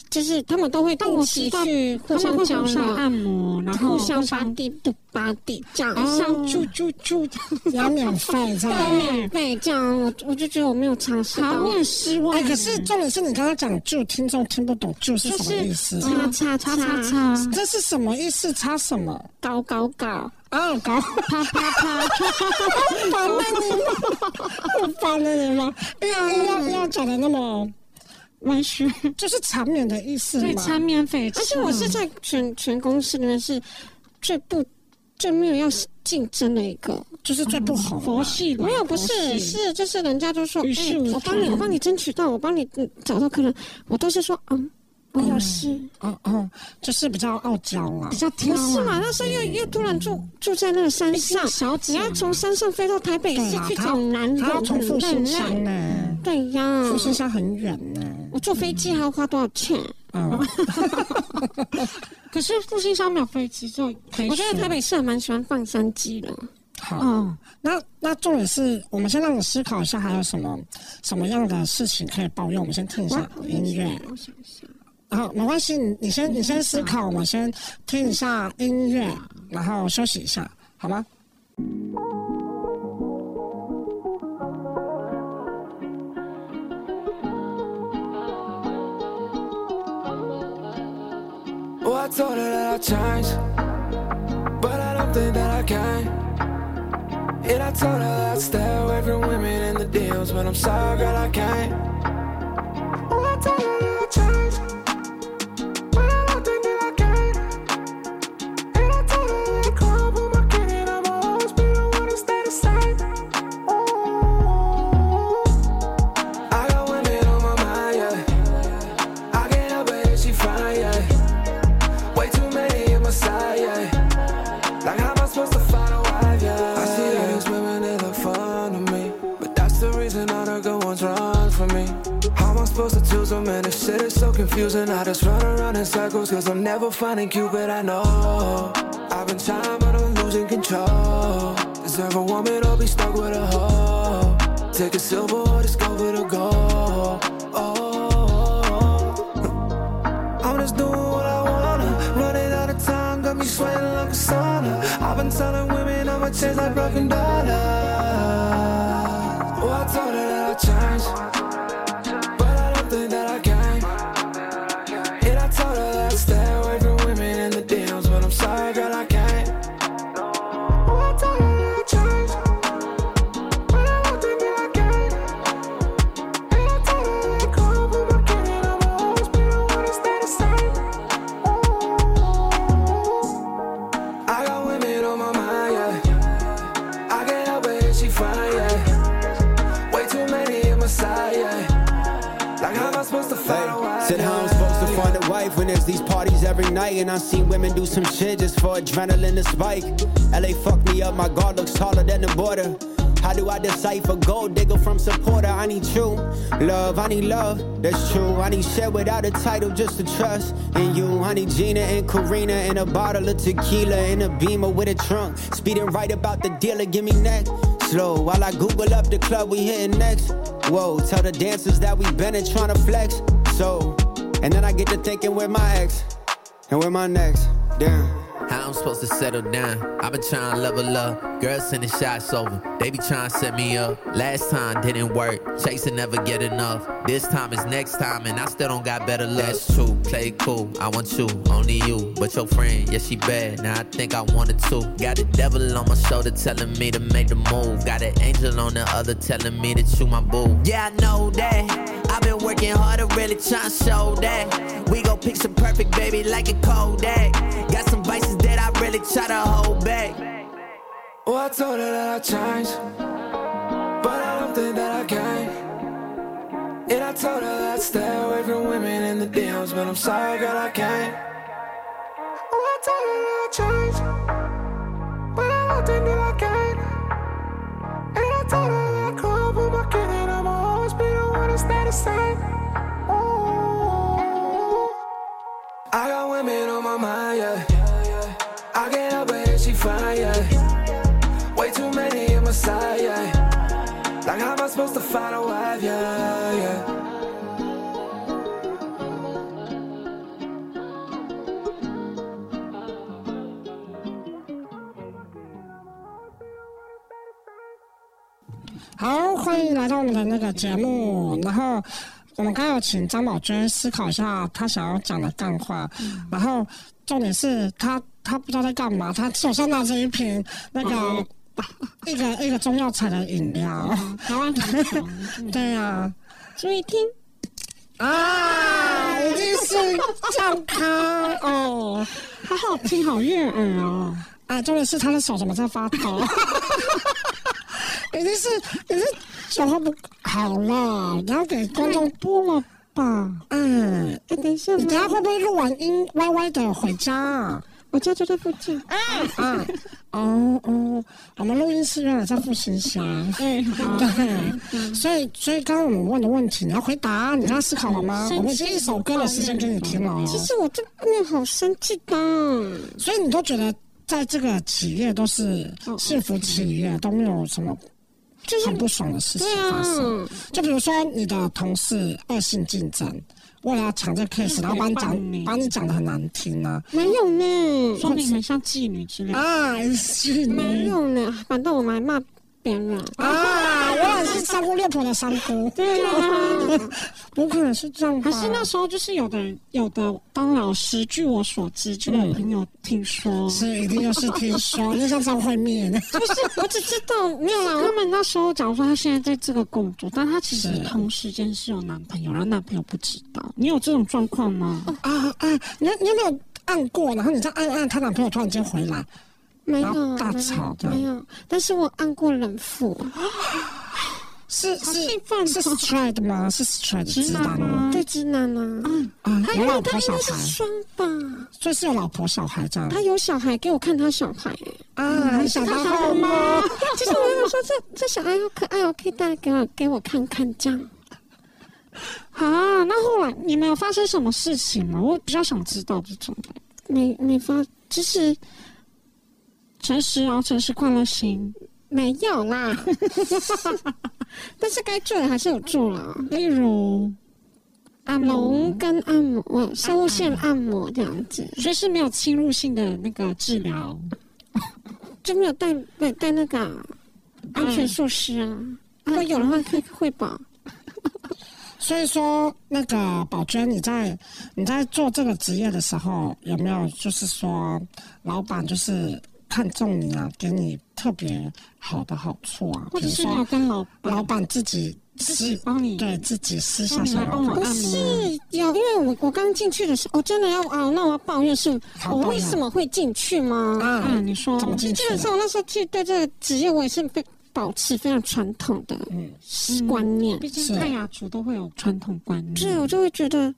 Speaker 5: 就是他们都会
Speaker 3: 但
Speaker 5: 定
Speaker 3: 我
Speaker 5: 期
Speaker 3: 知道
Speaker 5: 去
Speaker 3: 他
Speaker 5: 互
Speaker 3: 们会
Speaker 5: 相交
Speaker 3: 互相
Speaker 5: 流，
Speaker 3: 按摩，然后
Speaker 5: 互相把地的把地这样，
Speaker 3: 哦
Speaker 4: 上住住住，也哦 要免 费这样。
Speaker 5: 对对这样，我我就觉得我没有尝试
Speaker 3: 好，
Speaker 5: 到
Speaker 3: 你，很失望。啊
Speaker 4: 哎，可是重点是你刚刚讲“就”，听众听不懂“就”是什么意思？
Speaker 5: 叉
Speaker 3: 叉
Speaker 5: 叉叉
Speaker 3: 叉叉，
Speaker 4: 这是什么意思？差什么？
Speaker 5: 搞搞搞，
Speaker 4: 啊，搞好
Speaker 3: 啪啪啪，
Speaker 4: 烦了你们，我 烦了你们！哎呀，要要讲的那么，
Speaker 3: 委屈，
Speaker 4: 就是缠绵的意思
Speaker 3: 对，
Speaker 4: 嘛
Speaker 3: 缠。绵悱恻。
Speaker 5: 而且我是在全全公司里面是最不最没有要竞争的一个，
Speaker 4: 就是最不好
Speaker 3: 佛系的，
Speaker 5: 没有不是
Speaker 3: 佛系
Speaker 5: 是就是人家就说，
Speaker 3: 与
Speaker 5: 哎、
Speaker 3: 世无
Speaker 5: 我帮你
Speaker 3: 争
Speaker 5: 我帮你争取到，我帮你嗯找到客人，我都是说嗯。我有事，
Speaker 4: 哦哦，就是比较傲娇啦
Speaker 3: 比。较挑
Speaker 5: 不
Speaker 3: 啊
Speaker 5: 是嘛？那时候又又突然住住在那个山上，
Speaker 3: 小姐
Speaker 5: 你要从山上飞到台北市
Speaker 4: 对啊
Speaker 5: 去
Speaker 4: 他
Speaker 5: 找男人，
Speaker 4: 他要从复兴
Speaker 5: 很
Speaker 4: 乡
Speaker 5: 累。
Speaker 4: 呢，
Speaker 5: 对呀，
Speaker 4: 复兴乡很远呢。
Speaker 5: 我坐飞机还要花多少钱？
Speaker 4: 嗯，
Speaker 3: 可是复兴商没有飞机，就可以
Speaker 5: 我觉得
Speaker 3: 选
Speaker 5: 台北市还蛮喜欢放山鸡的。
Speaker 4: 好。
Speaker 3: 哦，
Speaker 4: 那那重点是我们先让你思考一下，还有什么什么样的事情可以抱怨？我们先听一下音乐。
Speaker 5: 我想一下，
Speaker 4: 好，没关系，你你先你先思考，我们先听一下音乐，然后休息一下，好吗？
Speaker 6: Oh, I told her that I changed, but I don't think that I can. And I told her that I'd stay away from women and the deals, but I'm sorry, girl, I can't. Oh, I told her that I changed, but I don't think that I can. And I told her that I club with my kid and I'ma always be the one to stay the same. Ooh. I got women on my mind, yeah. I can't help it if she fine, yeah. Way too many in my side, yeah. Like, how am I supposed to find a wife, yeah? I see all these women, they look fun to me. But that's the reason all the good ones run from me. How am I supposed to choose them? And this shit is so confusing. I just run around in circles, cause I'm never finding Cupid, I know. I've been trying, but I'm losing control. Deserve a woman or be stuck with a hoe. Take a silver or discover the gold. Oh. I'm just doing what I wanna. Running out of time, got me sweating like a sauna. I've been telling women I'm a chase like broken dollar. Oh, I told her that I changed, but I don't think that I can. And I told her that I'd stay away from women and the deals, but I'm sorry, girl, I can't. Oh, I told her that I changed, but I don't think that I can. And I told her that I club with my kid and I'ma always be the one to stay the same. I got women on my mind, yeah. I can't help it if she fine, yeah. Way too many in my side, yeah. Like how am I supposed to find a
Speaker 7: Hey,
Speaker 6: wife?
Speaker 7: said how I'm supposed to find a wife when there's these parties every night and I seen women do some shit just for adrenaline to spike. LA fucked me up, my guard looks taller than the border. How do I decipher gold digger from supporter? I need true love, I need love, that's true. I need shit without a title, just to trust in you. I need Gina and Karina and a bottle of tequila and a beamer with a trunk. Speeding right about the dealer, give me neck slow. While I Google up the club we hitting next. Whoa, tell the dancers that we been and tryna flex. So, and then I get to thinking with my ex and with my next. Damn.
Speaker 6: How I'm supposed to settle down? I've been trying to level up. Girls sending shots over. They be trying to set me up. Last time didn't work. Chasing never get enough. This time is next time, and I still don't got better luck. That's true. Play it cool. I want you, only you. But your friend, yeah, she bad. Now I think I wanted to. Got the devil on my shoulder telling me to make the move. Got an angel on the other telling me that you my boo. Yeah, I know that. I've been working hard to really try and show that. We gon' pick some perfect, baby, like a Kodak. Got some vices that I really try to hold back.
Speaker 7: Oh, I told her that I changed, but I don't think that I can. And I told her that I'd stay away from women in the DMs, but I'm sorry, girl, I can't. Oh, I told her that I changed, but I don't think that I can. And I told her that I cry, but my kid and I'ma always be the one to stay the same. Ooh. I got women on my mind, yeah. I can't help but if she fine, yeah. Way too many in my side, yeah. Like, how am I supposed to find a wife, yeah, yeah.
Speaker 4: 好，欢迎来到我们的那个节目。然后我们刚刚有请张宝娟思考一下她想要讲的干话，
Speaker 5: 嗯
Speaker 4: 然后重点是她她不知道在干嘛，她手上拿着一瓶那
Speaker 5: 哦
Speaker 4: 个。一个一个中药材的饮料，
Speaker 5: 台湾很 穷，
Speaker 4: 对啊呀、
Speaker 5: 注意听，
Speaker 4: 啊，啊，一定是酱咖哦，
Speaker 5: 好好听，好悦耳哦。
Speaker 4: 啊，重点是他的手怎么在发 抖？已经是已经酒喝不好了，你要给观众
Speaker 5: 多了吧？
Speaker 4: 嗯，
Speaker 5: 哎，等一下
Speaker 4: 你，等一下会不会录完音歪歪的回家啊？
Speaker 5: 我家就在附近。哎
Speaker 4: 啊，哦哦，我们录音室原来在复兴乡。
Speaker 5: 哎，好，
Speaker 4: 对，所以所以刚刚我们问的问题，你要回答，你要思考了吗？
Speaker 5: 生气
Speaker 4: 我们已经一首歌的时间给你听了哦，
Speaker 5: 其实我这姑娘好生气的，
Speaker 4: 所以你都觉得在这个企业都是幸福企业，都没有什么
Speaker 5: 就是
Speaker 4: 很不爽的事情
Speaker 5: 对
Speaker 4: 发生。
Speaker 5: 啊，
Speaker 4: 就比如说你的同事恶性竞争，为了要抢这 case，然后把你
Speaker 5: 诽谤嗯
Speaker 4: 讲
Speaker 5: 你
Speaker 4: 把你讲的很难听呢、
Speaker 5: 没有呢，
Speaker 4: 说
Speaker 5: 说
Speaker 4: 明
Speaker 5: 明
Speaker 4: 很
Speaker 5: 很像妓女之类
Speaker 4: 啊，。哎，是
Speaker 5: 没
Speaker 4: 你
Speaker 5: 有呢，反正我们还骂别人。
Speaker 4: 啊，我也是三姑六婆的三 姑，
Speaker 5: 对啊，
Speaker 4: 不可能是这样吧
Speaker 5: 可？是啊那时候就是有的人，有的当老师，据我所知，就有朋友听说，
Speaker 4: 是一定又是听说，就像张惠妹，
Speaker 5: 就是我只知道没有啦。他们那时候假如说他现在在这个工作，但他其实
Speaker 4: 是
Speaker 5: 同时间是有男朋友，然后男朋友不知道。你有这种状况吗？
Speaker 4: 啊啊，你有你有没有按过？然后你再按按，她男朋友突然间回来，
Speaker 5: 没
Speaker 4: 然后
Speaker 5: 有，
Speaker 4: 大吵这样
Speaker 5: 没有。但是我按过人父，
Speaker 4: 是是
Speaker 5: 兴
Speaker 3: 啊
Speaker 5: 奋哦
Speaker 4: 是 straight 吗？是 straight 直男吗？
Speaker 5: 对直男啊，
Speaker 4: 啊，
Speaker 5: 还
Speaker 4: 有老
Speaker 5: 有
Speaker 4: 婆
Speaker 5: 他应
Speaker 4: 小
Speaker 5: 该
Speaker 4: 孩
Speaker 5: 是，双吧，
Speaker 4: 所以是有老婆小孩这样
Speaker 5: 他有小孩，给我看他小孩、欸。
Speaker 4: 啊？你想当后妈？
Speaker 5: 其实我想说，这这小孩好可爱哦，可以带给我给我看看这样。
Speaker 3: 啊，那后来你们有发生什么事情吗？我比较想知道这种的。
Speaker 5: 没没发，其实
Speaker 3: 诚实啊，诚实快乐型，
Speaker 5: 没有 啦，但是该做的还是有做啦，
Speaker 3: 例如嗯按摩，
Speaker 5: 龙跟按摩、生物线按摩这样子，
Speaker 3: 所以是没有侵入性的那个治疗。
Speaker 5: 就没有带带带那个安全措施啊。如果有的话，可以汇报。
Speaker 4: 所以说，那个宝娟，你在你在做这个职业的时候，有没有就是说，老板就是看中你啊，给你特别好的好处啊？
Speaker 3: 或
Speaker 4: 比
Speaker 3: 者
Speaker 4: 如
Speaker 3: 是你要
Speaker 4: 说，
Speaker 3: 跟老
Speaker 4: 老
Speaker 3: 板
Speaker 4: 板自己
Speaker 3: 自
Speaker 4: 私
Speaker 3: 己帮你，
Speaker 4: 对自己私下
Speaker 3: 帮你
Speaker 4: 想
Speaker 3: 来
Speaker 4: 要
Speaker 3: 帮我
Speaker 5: 不
Speaker 3: 按
Speaker 5: 是
Speaker 3: 摩。
Speaker 5: 嗯有，因为我我刚进去的时候，我真的要啊，那我要抱怨是，
Speaker 4: 好
Speaker 5: 啊我
Speaker 4: 抱怨
Speaker 5: 为什么会进去吗？
Speaker 4: 啊
Speaker 3: 啊，你说
Speaker 4: 怎么进去
Speaker 5: 基本
Speaker 4: 的？
Speaker 5: 上我那时候去对这个职业，我也是非保持非常传统的
Speaker 4: 嗯
Speaker 5: 观念。
Speaker 3: 嗯毕
Speaker 4: 是
Speaker 3: 竟泰雅族都会有传统观念。
Speaker 5: 对，我就会觉得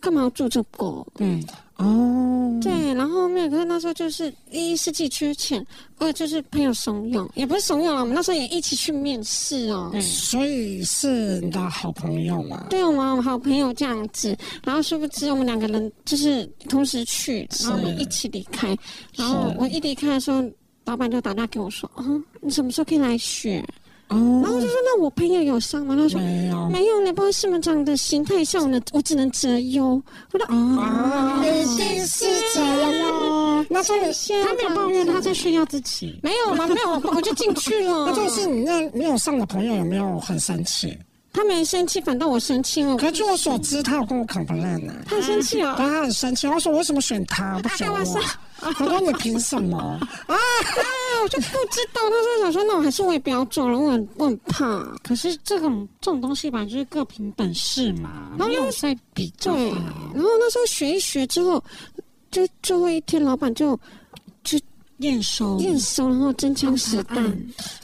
Speaker 5: 干嘛要做这个？
Speaker 3: 对，
Speaker 4: 哦，
Speaker 5: 对，然后后面可是那时候就是一是自己缺钱，二就是朋友怂恿，也不是怂恿了，我们那时候也一起去面试哦。
Speaker 3: 对
Speaker 4: 所以是你的好朋友嘛？
Speaker 5: 对，我们好朋友这样子，然后殊不知我们两个人就是同时去，然后我们一起离开，然后我一离开的时候，老板就打电话给我说：“哦，你什么时候可以来学？”然后我
Speaker 4: 哦
Speaker 5: 就，说：“那我朋友有上吗？”他说：“
Speaker 4: 没有
Speaker 5: 没有嘞，不知道是不是这样的心态下，我能我只能择优。我说啊，嗯
Speaker 4: 啊，一定是这样哦。那所以
Speaker 5: 炫耀
Speaker 4: 他没有抱怨，他在炫耀自己。
Speaker 5: 没有啦，没有，我就进去了。
Speaker 4: 那就是你那没有上的朋友有没有很生气？
Speaker 5: 他没生气，反倒我生气 了。
Speaker 4: 可据我所知，他有跟我 complain 呢、
Speaker 5: 他生气
Speaker 4: 啊，
Speaker 5: 哦了，
Speaker 4: 他很生气。我说我为什么选他不选我？
Speaker 5: 哦
Speaker 4: 我说你凭什么？ 啊！
Speaker 5: 我就不知道。那时候想说，那我还是我也不要做了，我很我很怕。
Speaker 3: 可是这种这种东西吧，就是各凭本事嘛，
Speaker 5: 然后
Speaker 3: 没有在比较
Speaker 5: 对，
Speaker 3: 啊。
Speaker 5: 然后那时候学一学之后，就最后一天，老板就
Speaker 3: 验收，
Speaker 5: 验收，然后真枪实弹，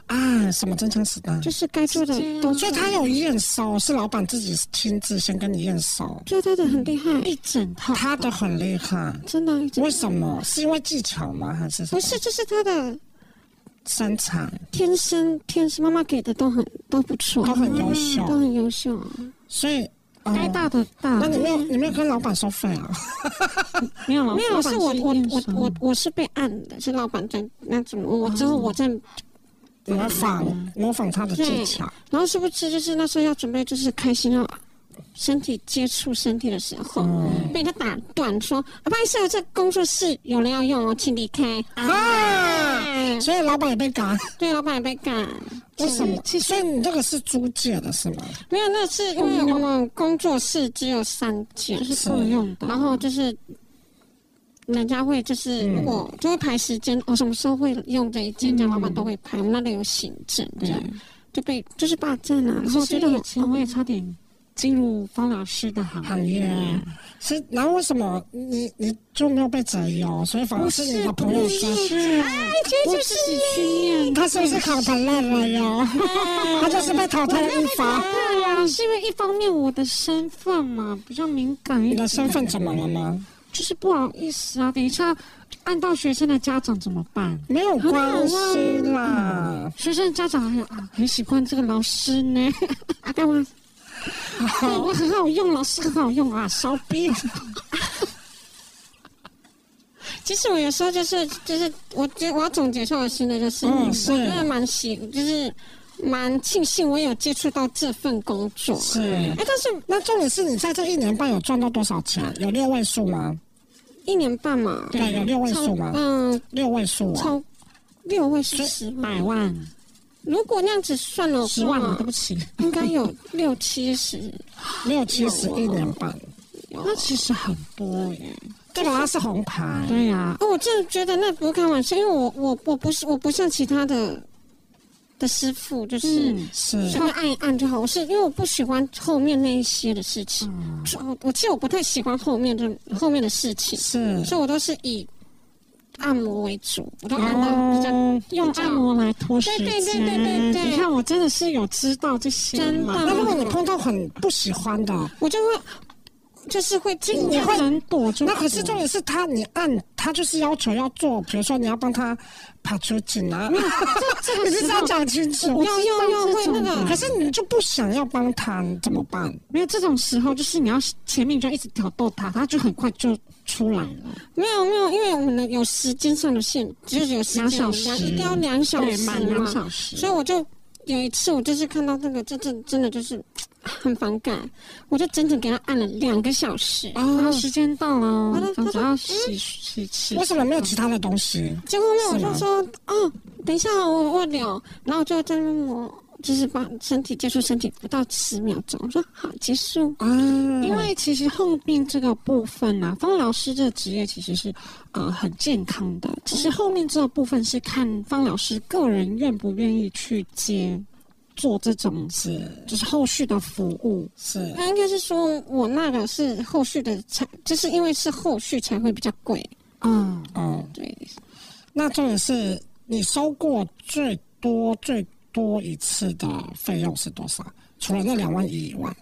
Speaker 4: 啊，什么真枪实弹？
Speaker 5: 就是该做的
Speaker 4: 所
Speaker 5: 都做
Speaker 4: 以。他有验收，是老板自己亲自先跟你验收，
Speaker 5: 觉得他的很厉害，
Speaker 3: 一整套，
Speaker 4: 他的很厉害。
Speaker 5: 真的。真的
Speaker 4: 为什么？是因为技巧吗？还是什
Speaker 5: 不
Speaker 4: 么
Speaker 5: 是，就是他的
Speaker 4: 身材
Speaker 5: 天生天生妈妈给的都很都不错，
Speaker 4: 都很优秀？
Speaker 5: 都很优秀，啊
Speaker 4: 所以，哦
Speaker 5: 嗯该大的大
Speaker 4: 那。你没有你没有跟老板收费啊？
Speaker 3: 没有老
Speaker 5: 没有，
Speaker 3: 哦老
Speaker 5: 是
Speaker 3: 板
Speaker 5: 我我
Speaker 3: 验
Speaker 5: 我
Speaker 3: 收
Speaker 5: 我我是被按的，是老板在那怎么我之
Speaker 3: 哦
Speaker 5: 后我在，
Speaker 4: 模仿模仿他的技巧，
Speaker 5: 然后是不是就是那时候要准备就是开心要身体接触身体的时候，
Speaker 3: 哦
Speaker 5: 被他打断说啊，不好意思哦，这工作室有人要用哦，请离开。啊，
Speaker 4: 所以老板也被赶。
Speaker 5: 对，老板也被赶。
Speaker 4: 为什么？所以你这个是租借的是吗？
Speaker 5: 没有，那是因为我们工作室只有三间，
Speaker 3: 是够用的。
Speaker 5: 然后就是人家会就是
Speaker 4: 嗯
Speaker 5: 如果就会排时间，哦我、什么时候会用这一件，这样老板都会排。我们那里有行政，这样就被就是霸占啊了、然后
Speaker 3: 我
Speaker 5: 我觉
Speaker 3: 觉
Speaker 5: 得
Speaker 3: 得
Speaker 5: 很
Speaker 3: 以前我也差点进入方老师的行
Speaker 4: 行
Speaker 3: 业
Speaker 4: 业，啊是然后为什么你你就没有被择优？所以反而是你的朋友说，
Speaker 3: 我自己去 念。
Speaker 4: 他是不是考得烂了 哟？他就是被淘汰了一发。
Speaker 3: 对
Speaker 5: 啊
Speaker 3: 呀，是因为一方面我的身份嘛比较敏感一
Speaker 4: 你
Speaker 3: 点
Speaker 4: 的，身份怎么了吗？
Speaker 3: 就是不好意思啊。等一下按到学生的家长怎么办？
Speaker 4: 没有关系啦，
Speaker 3: 学生的家长还有啊，很喜欢这个老师呢，
Speaker 5: 啊，干嘛？哎
Speaker 3: 对我很好用，老师很好用啊，烧逼。
Speaker 5: 其实我有时候就是就是，我觉得我要总结一下我的心得，就是、
Speaker 4: 嗯是
Speaker 5: 我真的蛮喜，就是蛮庆幸我有接触到这份工作。
Speaker 4: 是。
Speaker 5: 哎，但是
Speaker 4: 那重点是你在这一年半有赚到多少钱？有六位数吗？
Speaker 5: 一年半嘛，
Speaker 4: 对，有六位
Speaker 5: 超
Speaker 4: 数吗？
Speaker 5: 嗯，
Speaker 4: 六位数啊，
Speaker 5: 超六位数十万。
Speaker 3: 百万、
Speaker 5: 如果那样子算了，
Speaker 3: 十万啊，对不起。
Speaker 5: 应该有六七十。
Speaker 4: 六七十一年半，
Speaker 3: 那其实很多耶。
Speaker 4: 对啊嗯吧？它是红牌，
Speaker 3: 对呀、
Speaker 5: 哦，我真的觉得那不是开玩笑，因为我我我不是我不像其他的的师傅，就是
Speaker 3: 嗯
Speaker 4: 是
Speaker 5: 稍微按一按就好。我是因为我不喜欢后面那一些的事情，
Speaker 3: 嗯
Speaker 5: 我我其实我不太喜欢后面的后面的事情，
Speaker 4: 是。
Speaker 5: 所以我都是以按摩为主，我都按到比较、
Speaker 4: 哦，
Speaker 3: 用按摩来拖时间。
Speaker 5: 对对对对对对
Speaker 3: 你看我真的是有知道这些
Speaker 5: 真
Speaker 3: 嘛
Speaker 5: 的
Speaker 4: 那如果你碰到很不喜欢的，
Speaker 5: 我就会就是会尽
Speaker 4: 你
Speaker 5: 量
Speaker 4: 会
Speaker 3: 能躲就
Speaker 4: 那可是重点是他，你按他就是要求要做，比如说你要帮他爬出井啊， 你就是要讲清楚。
Speaker 5: 要要要会那个
Speaker 4: 可是你就不想要帮他，你怎么办？
Speaker 3: 没有这种时候，就是你要前面就要一直挑逗他，他就很快就出来了。
Speaker 5: 没有没有，因为我们的有时间上的限，就是有时间
Speaker 3: 两小时
Speaker 5: 一定要两小时嘛，
Speaker 3: 满两小时
Speaker 5: 所以我就有一次，我就是看到那个，这这真的就是很反感，我就整整给他按了两个小时。
Speaker 3: 然后哦时间到了哦
Speaker 5: 了，
Speaker 3: 总
Speaker 5: 他
Speaker 3: 之
Speaker 5: 说
Speaker 3: 要洗洗洗
Speaker 4: 为。什么没有其他的东西？
Speaker 5: 结果后面我就说，哦，等一下哦，我我聊，然后我就在那边摸，就是把身体接触身体不到十秒钟，我说好结束。
Speaker 4: 啊，
Speaker 5: 嗯
Speaker 3: 因为其实后面这个部分呢、啊，方老师这个职业其实是呃很健康的，只是后面这个部分是看方老师个人愿不愿意去接做这种
Speaker 4: 是
Speaker 3: 就是后续的服务。
Speaker 4: 是
Speaker 5: 那应该是说我那个是后续的才，就是因为是后续才会比较贵，
Speaker 3: 嗯，
Speaker 4: 哦，
Speaker 5: 对，
Speaker 4: 那重点是你收过最多最多一次的费用是多少？除了那两万一以外，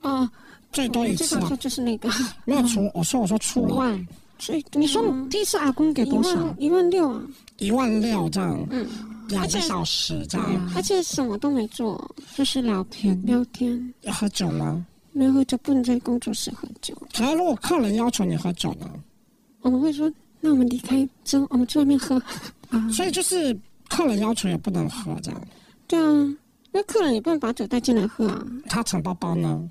Speaker 5: 哦、
Speaker 4: 最多一
Speaker 5: 我最
Speaker 4: 次
Speaker 5: 常
Speaker 4: 啊
Speaker 5: 说，就是嗯那哎个，
Speaker 4: 没有除我说我说除
Speaker 3: 五
Speaker 4: 了
Speaker 3: 万。
Speaker 5: 最 多
Speaker 3: 你说你第一次阿公给
Speaker 5: 一
Speaker 3: 多少
Speaker 5: 万？一万六啊，
Speaker 4: 一万六这样，
Speaker 5: 嗯，
Speaker 4: 两个小时这样，
Speaker 5: 而且什么都没做，
Speaker 3: 嗯就是聊天，
Speaker 5: 聊天，
Speaker 4: 要喝酒吗？
Speaker 5: 没有喝酒，不能在工作室喝酒。
Speaker 4: 可是如果客人要求你喝酒呢？
Speaker 5: 我们会说，那我们离开之后，我们去外面喝。
Speaker 3: 嗯
Speaker 4: 所以就是客人要求也不能喝这样。
Speaker 5: 对啊，那客人也不能把酒带进来喝啊，
Speaker 4: 他抢包包呢？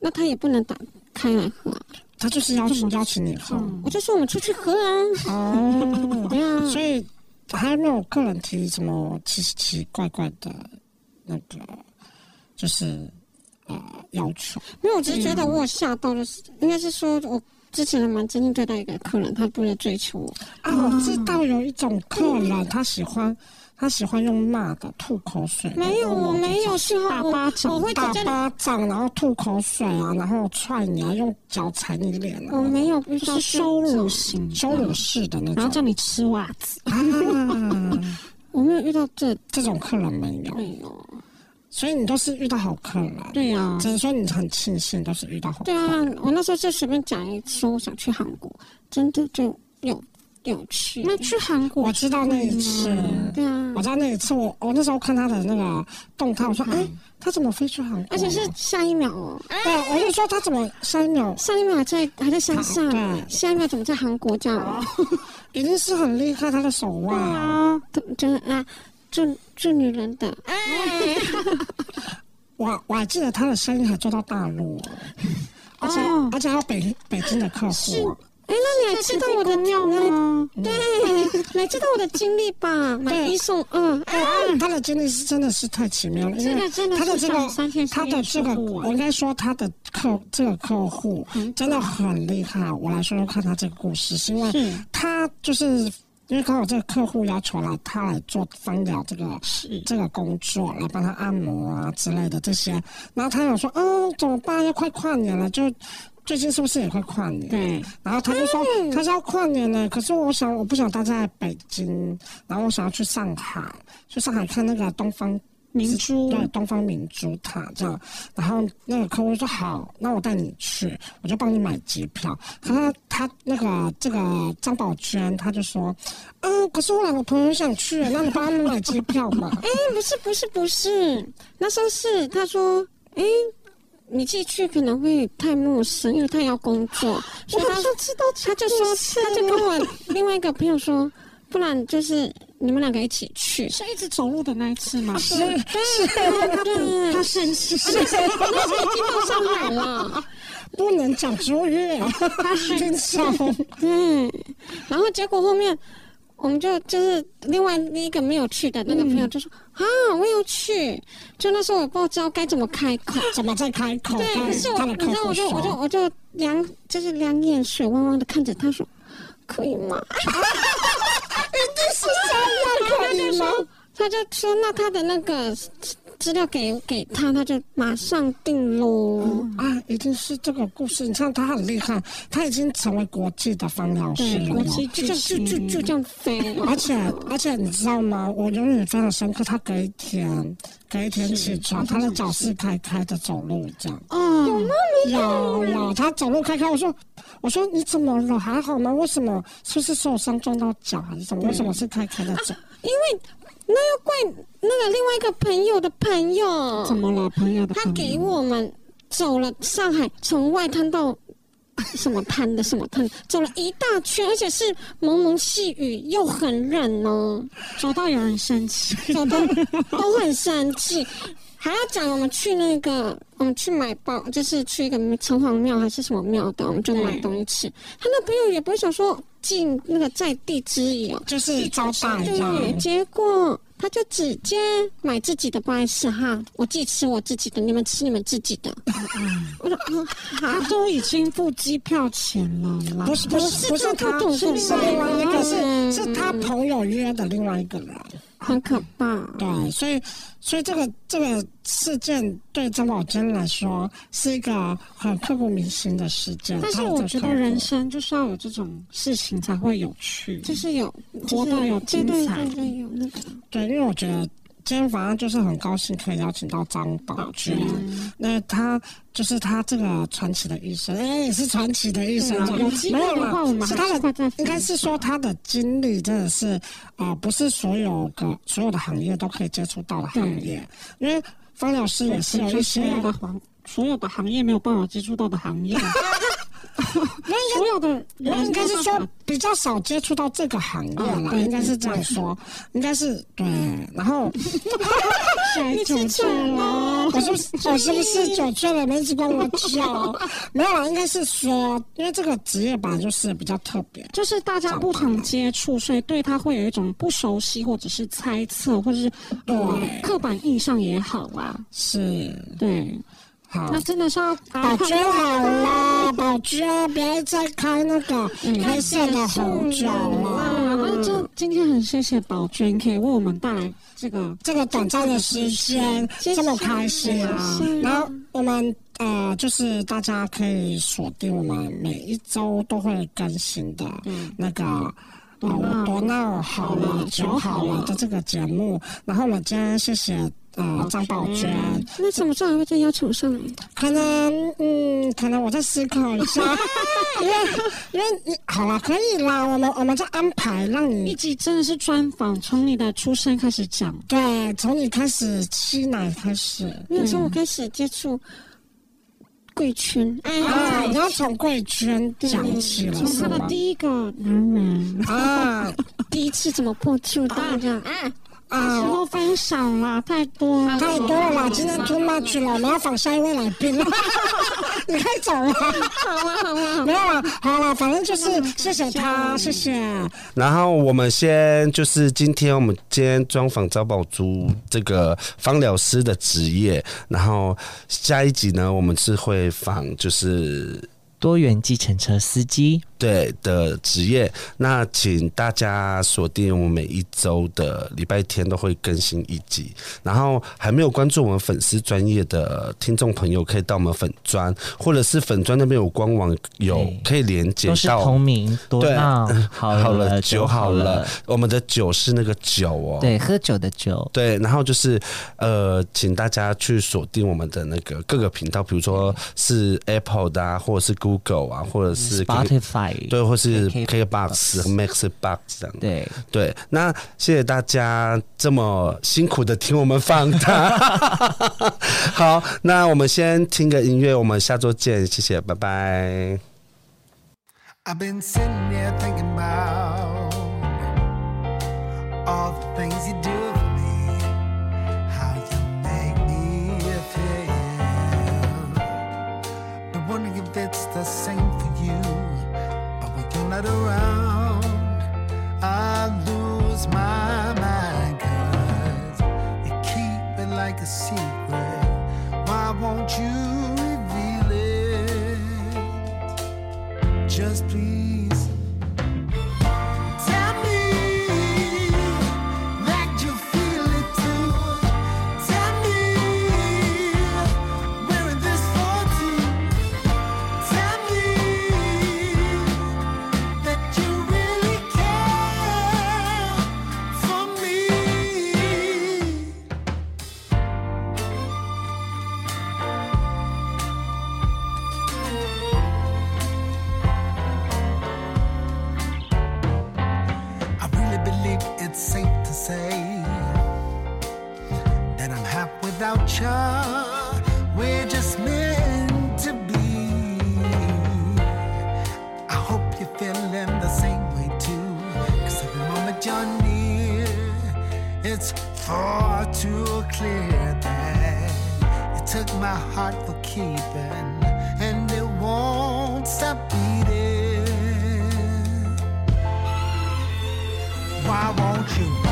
Speaker 5: 那他也不能打开来喝啊。
Speaker 4: 他就是邀请邀请你喝
Speaker 5: 我就说我们出去喝啊，
Speaker 4: 哦，
Speaker 5: 对啊，
Speaker 4: 所以还没有个人提什么奇奇怪怪的那个，就是呃要求。
Speaker 5: 没有，我只是觉得我有吓到，就是应该是说我之前还蛮坚定对待一个客人，他不会追求我，
Speaker 4: 啊，我知
Speaker 5: 嗯
Speaker 4: 道有一种客人，他喜欢他喜欢用骂的、吐口水的。
Speaker 5: 没有，我没有是
Speaker 4: 打
Speaker 5: 后
Speaker 4: 巴
Speaker 5: 我
Speaker 4: 掌，
Speaker 5: 我会
Speaker 4: 打
Speaker 5: 直接，
Speaker 4: 巴掌，然后吐口水啊，然后踹你啊，用脚踩你脸啊，
Speaker 5: 我没有遇
Speaker 3: 就
Speaker 5: 到
Speaker 3: 是羞辱
Speaker 5: 这种
Speaker 3: 型的，
Speaker 4: 羞辱式的那
Speaker 3: 然后
Speaker 4: 种。
Speaker 3: 叫你吃袜子，
Speaker 5: 嗯
Speaker 4: 啊，
Speaker 5: 我没有遇到这
Speaker 4: 这种客人没有，
Speaker 5: 没有，
Speaker 4: 所以你都是遇到好客人。
Speaker 5: 对啊，
Speaker 4: 只能说你很庆幸都是遇到好客
Speaker 5: 对
Speaker 4: 人。
Speaker 5: 啊，我那时候就随便讲一说我想去韩国，真的就有有去，
Speaker 3: 那去韩国
Speaker 4: 我知道那一次，
Speaker 5: 对啊
Speaker 4: 我，知道那一次，我我那时候看他的那个动态，我说，哎、他怎么飞去韩国？
Speaker 5: 嗯而且是下一秒哦，
Speaker 4: 哎对，我就说他怎么三秒，
Speaker 5: 上一秒还在还在山
Speaker 4: 对
Speaker 3: 哦
Speaker 5: 上，下一秒怎么在韩国这样？
Speaker 4: 一定是很厉害他的手腕。
Speaker 5: 啊，真的啊，祝祝女人的，
Speaker 3: 哎
Speaker 4: 我我还记得他的生意还做到大陆，而且、
Speaker 3: 哦
Speaker 5: 嗯
Speaker 4: 而且还有北北京的客户。
Speaker 5: 哎，那你还知道我的尿吗？对，你还知道我的经历吧？买一送二，
Speaker 3: 哎
Speaker 5: 哎
Speaker 4: 对，他的经历是真的是太奇妙了，因为
Speaker 5: 嗯真的真的
Speaker 4: 他的
Speaker 5: 是
Speaker 4: 这
Speaker 5: 想三
Speaker 4: 个
Speaker 5: 天
Speaker 4: 他的
Speaker 5: 三夜啊
Speaker 4: 这个，
Speaker 5: 说不完
Speaker 4: 我应该说他的客这个客户
Speaker 5: 嗯
Speaker 4: 真的很厉害。我来说说看他这个故事，是因为他就是。因为刚好这个客户要求来，他来做芳疗这个这个工作，来帮他按摩啊之类的这些。然后他有说，嗯，怎么办？要快跨年了，就最近是不是也快跨年？
Speaker 3: 对。
Speaker 4: 然后他就说，
Speaker 3: 嗯
Speaker 4: 他说要跨年了，可是我想我不想待在北京，然后我想要去上海，去上海看那个东方
Speaker 3: 明珠
Speaker 4: 对，东方明珠塔这样。然后那个客户说好，那我带你去，我就帮你买机票。可是他他那个这个张宝娟，他就说，嗯，可是我两个朋友想去，那你帮他们买机票 嘛？
Speaker 5: 哎，不是不是不是，那时候是他说，哎。你自己去可能会太陌生，因为他也要工作，所以他知道，他就说，他就跟我另外一个朋友说，不然就是你们两个一起去，
Speaker 3: 是一直走路的那一次吗？是
Speaker 5: 对，
Speaker 3: 他生气，
Speaker 5: 那时候已经到上海了，
Speaker 4: 不能讲卓 越， 听懂？
Speaker 5: 对。然后结果后面我们就就是另外那一个没有去的那个朋友就说、啊，我有去，就那时候我不知道该怎么开口。
Speaker 4: 怎么在开口？
Speaker 5: 对，可是我
Speaker 4: 哦他的
Speaker 5: 你
Speaker 4: 客
Speaker 5: 知道，
Speaker 4: 户
Speaker 5: 我就
Speaker 4: 说
Speaker 5: 我就我就两就是两眼水汪汪的看着他说，可以吗？ 一定是这样，可以吗？他就说那他的那个资料给给他，他就马上定喽。
Speaker 4: 啊，一定是这个故事。你看他很厉害，他已经成为国际的方疗师了。
Speaker 5: 国际就就就就就这样飞。
Speaker 4: 而且而且你知道吗？我永远非常深刻，他隔一天隔一天起床，他的脚是开开的走路这样。
Speaker 5: 嗯，有吗？
Speaker 4: 有有，他走路开开，我说我说你怎么了？还好吗？为什么是不是受伤撞到脚还是怎么？为什么是开开的走？
Speaker 5: 因为那要怪那个另外一个朋友的朋友，
Speaker 3: 怎么了，朋友的朋
Speaker 5: 他
Speaker 3: 友？
Speaker 5: 给我们走了上海，从外滩到 什么滩的什么滩，走了一大圈，而且是蒙蒙细雨，又很冷哦，
Speaker 3: 走到有人生气，
Speaker 5: 走 到都很生气。还要讲我们去那个，我们去买包，就是去一个城隍庙还是什么庙的，我们就买东西吃。他那朋友也不会想说尽那个在地之谊哦，
Speaker 4: 就是招待这
Speaker 5: 对，
Speaker 4: 样。
Speaker 5: 结果他就直接买自己的，不好意思哈，我自己吃我自己的，你们吃你们自己的。我说嗯，好
Speaker 3: 他，都已经付机票钱了啦
Speaker 4: 不。啊是不是不是他，
Speaker 5: 不
Speaker 4: 是
Speaker 5: 是
Speaker 4: 是另外一个，是
Speaker 5: 嗯
Speaker 4: 是他朋友约的另外一个人。
Speaker 5: 很可怕。
Speaker 4: 对，所以所以这个这个事件对张宝珍来说是一个很刻骨铭心的事件。
Speaker 3: 但是
Speaker 4: 她有
Speaker 3: 我
Speaker 4: 在
Speaker 3: 觉得
Speaker 4: 看
Speaker 3: 人生就是要有这种事情才会有趣，
Speaker 5: 就是有，
Speaker 3: 活到有
Speaker 5: 就是
Speaker 3: 精彩
Speaker 5: 对对对，有那个，
Speaker 4: 对，因为我觉得今天反正就是很高兴可以邀请到张宝娟，那他就是他这个传奇的医生，哎，也是传奇的医生
Speaker 3: 对啊，有机
Speaker 4: 没
Speaker 3: 会
Speaker 4: 有
Speaker 3: 的话我
Speaker 4: 啦，
Speaker 3: 们
Speaker 4: 是
Speaker 3: 还
Speaker 4: 他
Speaker 3: 是
Speaker 4: 的
Speaker 3: 会
Speaker 5: 嗯
Speaker 3: 再分
Speaker 4: 应该是说他的经历真的是啊、呃不是所有个所有的行业都可以接触到的行业，因为方疗师也是有一些
Speaker 3: 所。有的行所有的行业没有办法接触到的行 业，所有的
Speaker 4: 我
Speaker 3: 人
Speaker 4: 应该是
Speaker 3: 没有办
Speaker 4: 说
Speaker 3: 法
Speaker 4: 比较少接触到这个行业
Speaker 3: 哦
Speaker 4: 啦，
Speaker 3: 对嗯
Speaker 4: 应该是这样说，应该是对。然后
Speaker 3: 谁酒醉了？
Speaker 4: 我是不是我是不是酒醉了？没一直跟我叫， 没有，应该是说，因为这个职业本来就是比较特别，
Speaker 3: 就是大家不常接触，所以对他会有一种不熟悉，或者是猜测，或者是
Speaker 5: 呃
Speaker 4: 对
Speaker 3: 刻板印象也好啦。
Speaker 4: 是
Speaker 3: 对，
Speaker 4: 好。
Speaker 3: 那真的是要把
Speaker 4: 宝娟好 啦，宝娟，别再开那个
Speaker 3: 嗯
Speaker 4: 黑色的红酒了。
Speaker 3: 啊，那这今天很谢谢宝娟，可以为我们带来这个
Speaker 4: 这个短暂的时间
Speaker 3: 谢谢
Speaker 4: 这么开心啊
Speaker 3: 是啊！
Speaker 4: 然后我们呃，就是大家可以锁定我们每一周都会更新的那个。呃我多闹好了，酒好了的这个节目，然后我们今天谢谢呃张宝娟，
Speaker 5: 那什么时候还会再邀请我上来？
Speaker 4: 可能嗯，可能我再思考 一下，因为因为你好了，可以啦，我们我们再安排让
Speaker 3: 一
Speaker 4: 你
Speaker 3: 集真的是专访，从你的出生开始讲。
Speaker 4: 对从你开始吃奶开始。
Speaker 5: 因为从我开始接触贵圈，
Speaker 4: 啊，你要从贵圈讲起了
Speaker 3: 从
Speaker 4: 是
Speaker 3: 他的
Speaker 4: 吗？
Speaker 3: 第一个男人，
Speaker 4: 啊
Speaker 5: 第一次怎么破处的这样啊？
Speaker 3: 然
Speaker 4: 啊，
Speaker 3: 后分享啦，太多了
Speaker 4: 太多了啦，今天 too much 了，我们要访下一位来 宾了，你可以走了。
Speaker 3: 好啊，好啊，
Speaker 4: 没有了，好了，反正就是谢谢他，谢谢。
Speaker 2: 然后我们先就是今天我们今天专访招宝珠这个芳疗师的职业，然后下一集呢，我们是会访就是
Speaker 1: 多元计程车司机，
Speaker 2: 对的职业。那请大家锁定我们每一周的礼拜天都会更新一集。然后还没有关注我们粉丝专业的听众朋友，可以到我们粉专或者是粉专那边有官网有
Speaker 1: 对
Speaker 2: 可以连接
Speaker 1: 都是
Speaker 2: 到
Speaker 1: 同名多
Speaker 2: 对
Speaker 1: 闹，好
Speaker 2: 好了，
Speaker 1: 了，
Speaker 2: 酒好了，我们的酒是那个酒哦。
Speaker 1: 对，喝酒的酒，
Speaker 2: 对然后就是呃，请大家去锁定我们的那个各个频道，比如说是 Apple 的啊，或者是 Google 啊，或者是 K-
Speaker 1: Spotify，
Speaker 2: 对，或是
Speaker 1: KK
Speaker 2: KBox、Maxbox 这样。
Speaker 1: 对，
Speaker 2: 对，那谢谢大家这么辛苦的听我们放大。 好，那我们先听个音乐，我们下周见，谢谢，拜拜。
Speaker 8: I've been sitting here thinking about all the things you do for me, how you make me feel. But wondering if it's the same for you, but when you're not around, I lose my mind. 'cause you keep it like a secret. Why won't you reveal it? just please tell me that you feel it too. Tell me where is this for two? Tell me that you really care for me. I really believe it's safe to say that I'm happy without you. We're just meant to be. I hope you're feeling the same way too. Cause every moment you're near, it's far too clear that you took my heart for keeping, and it won't stop beating. Why won't you?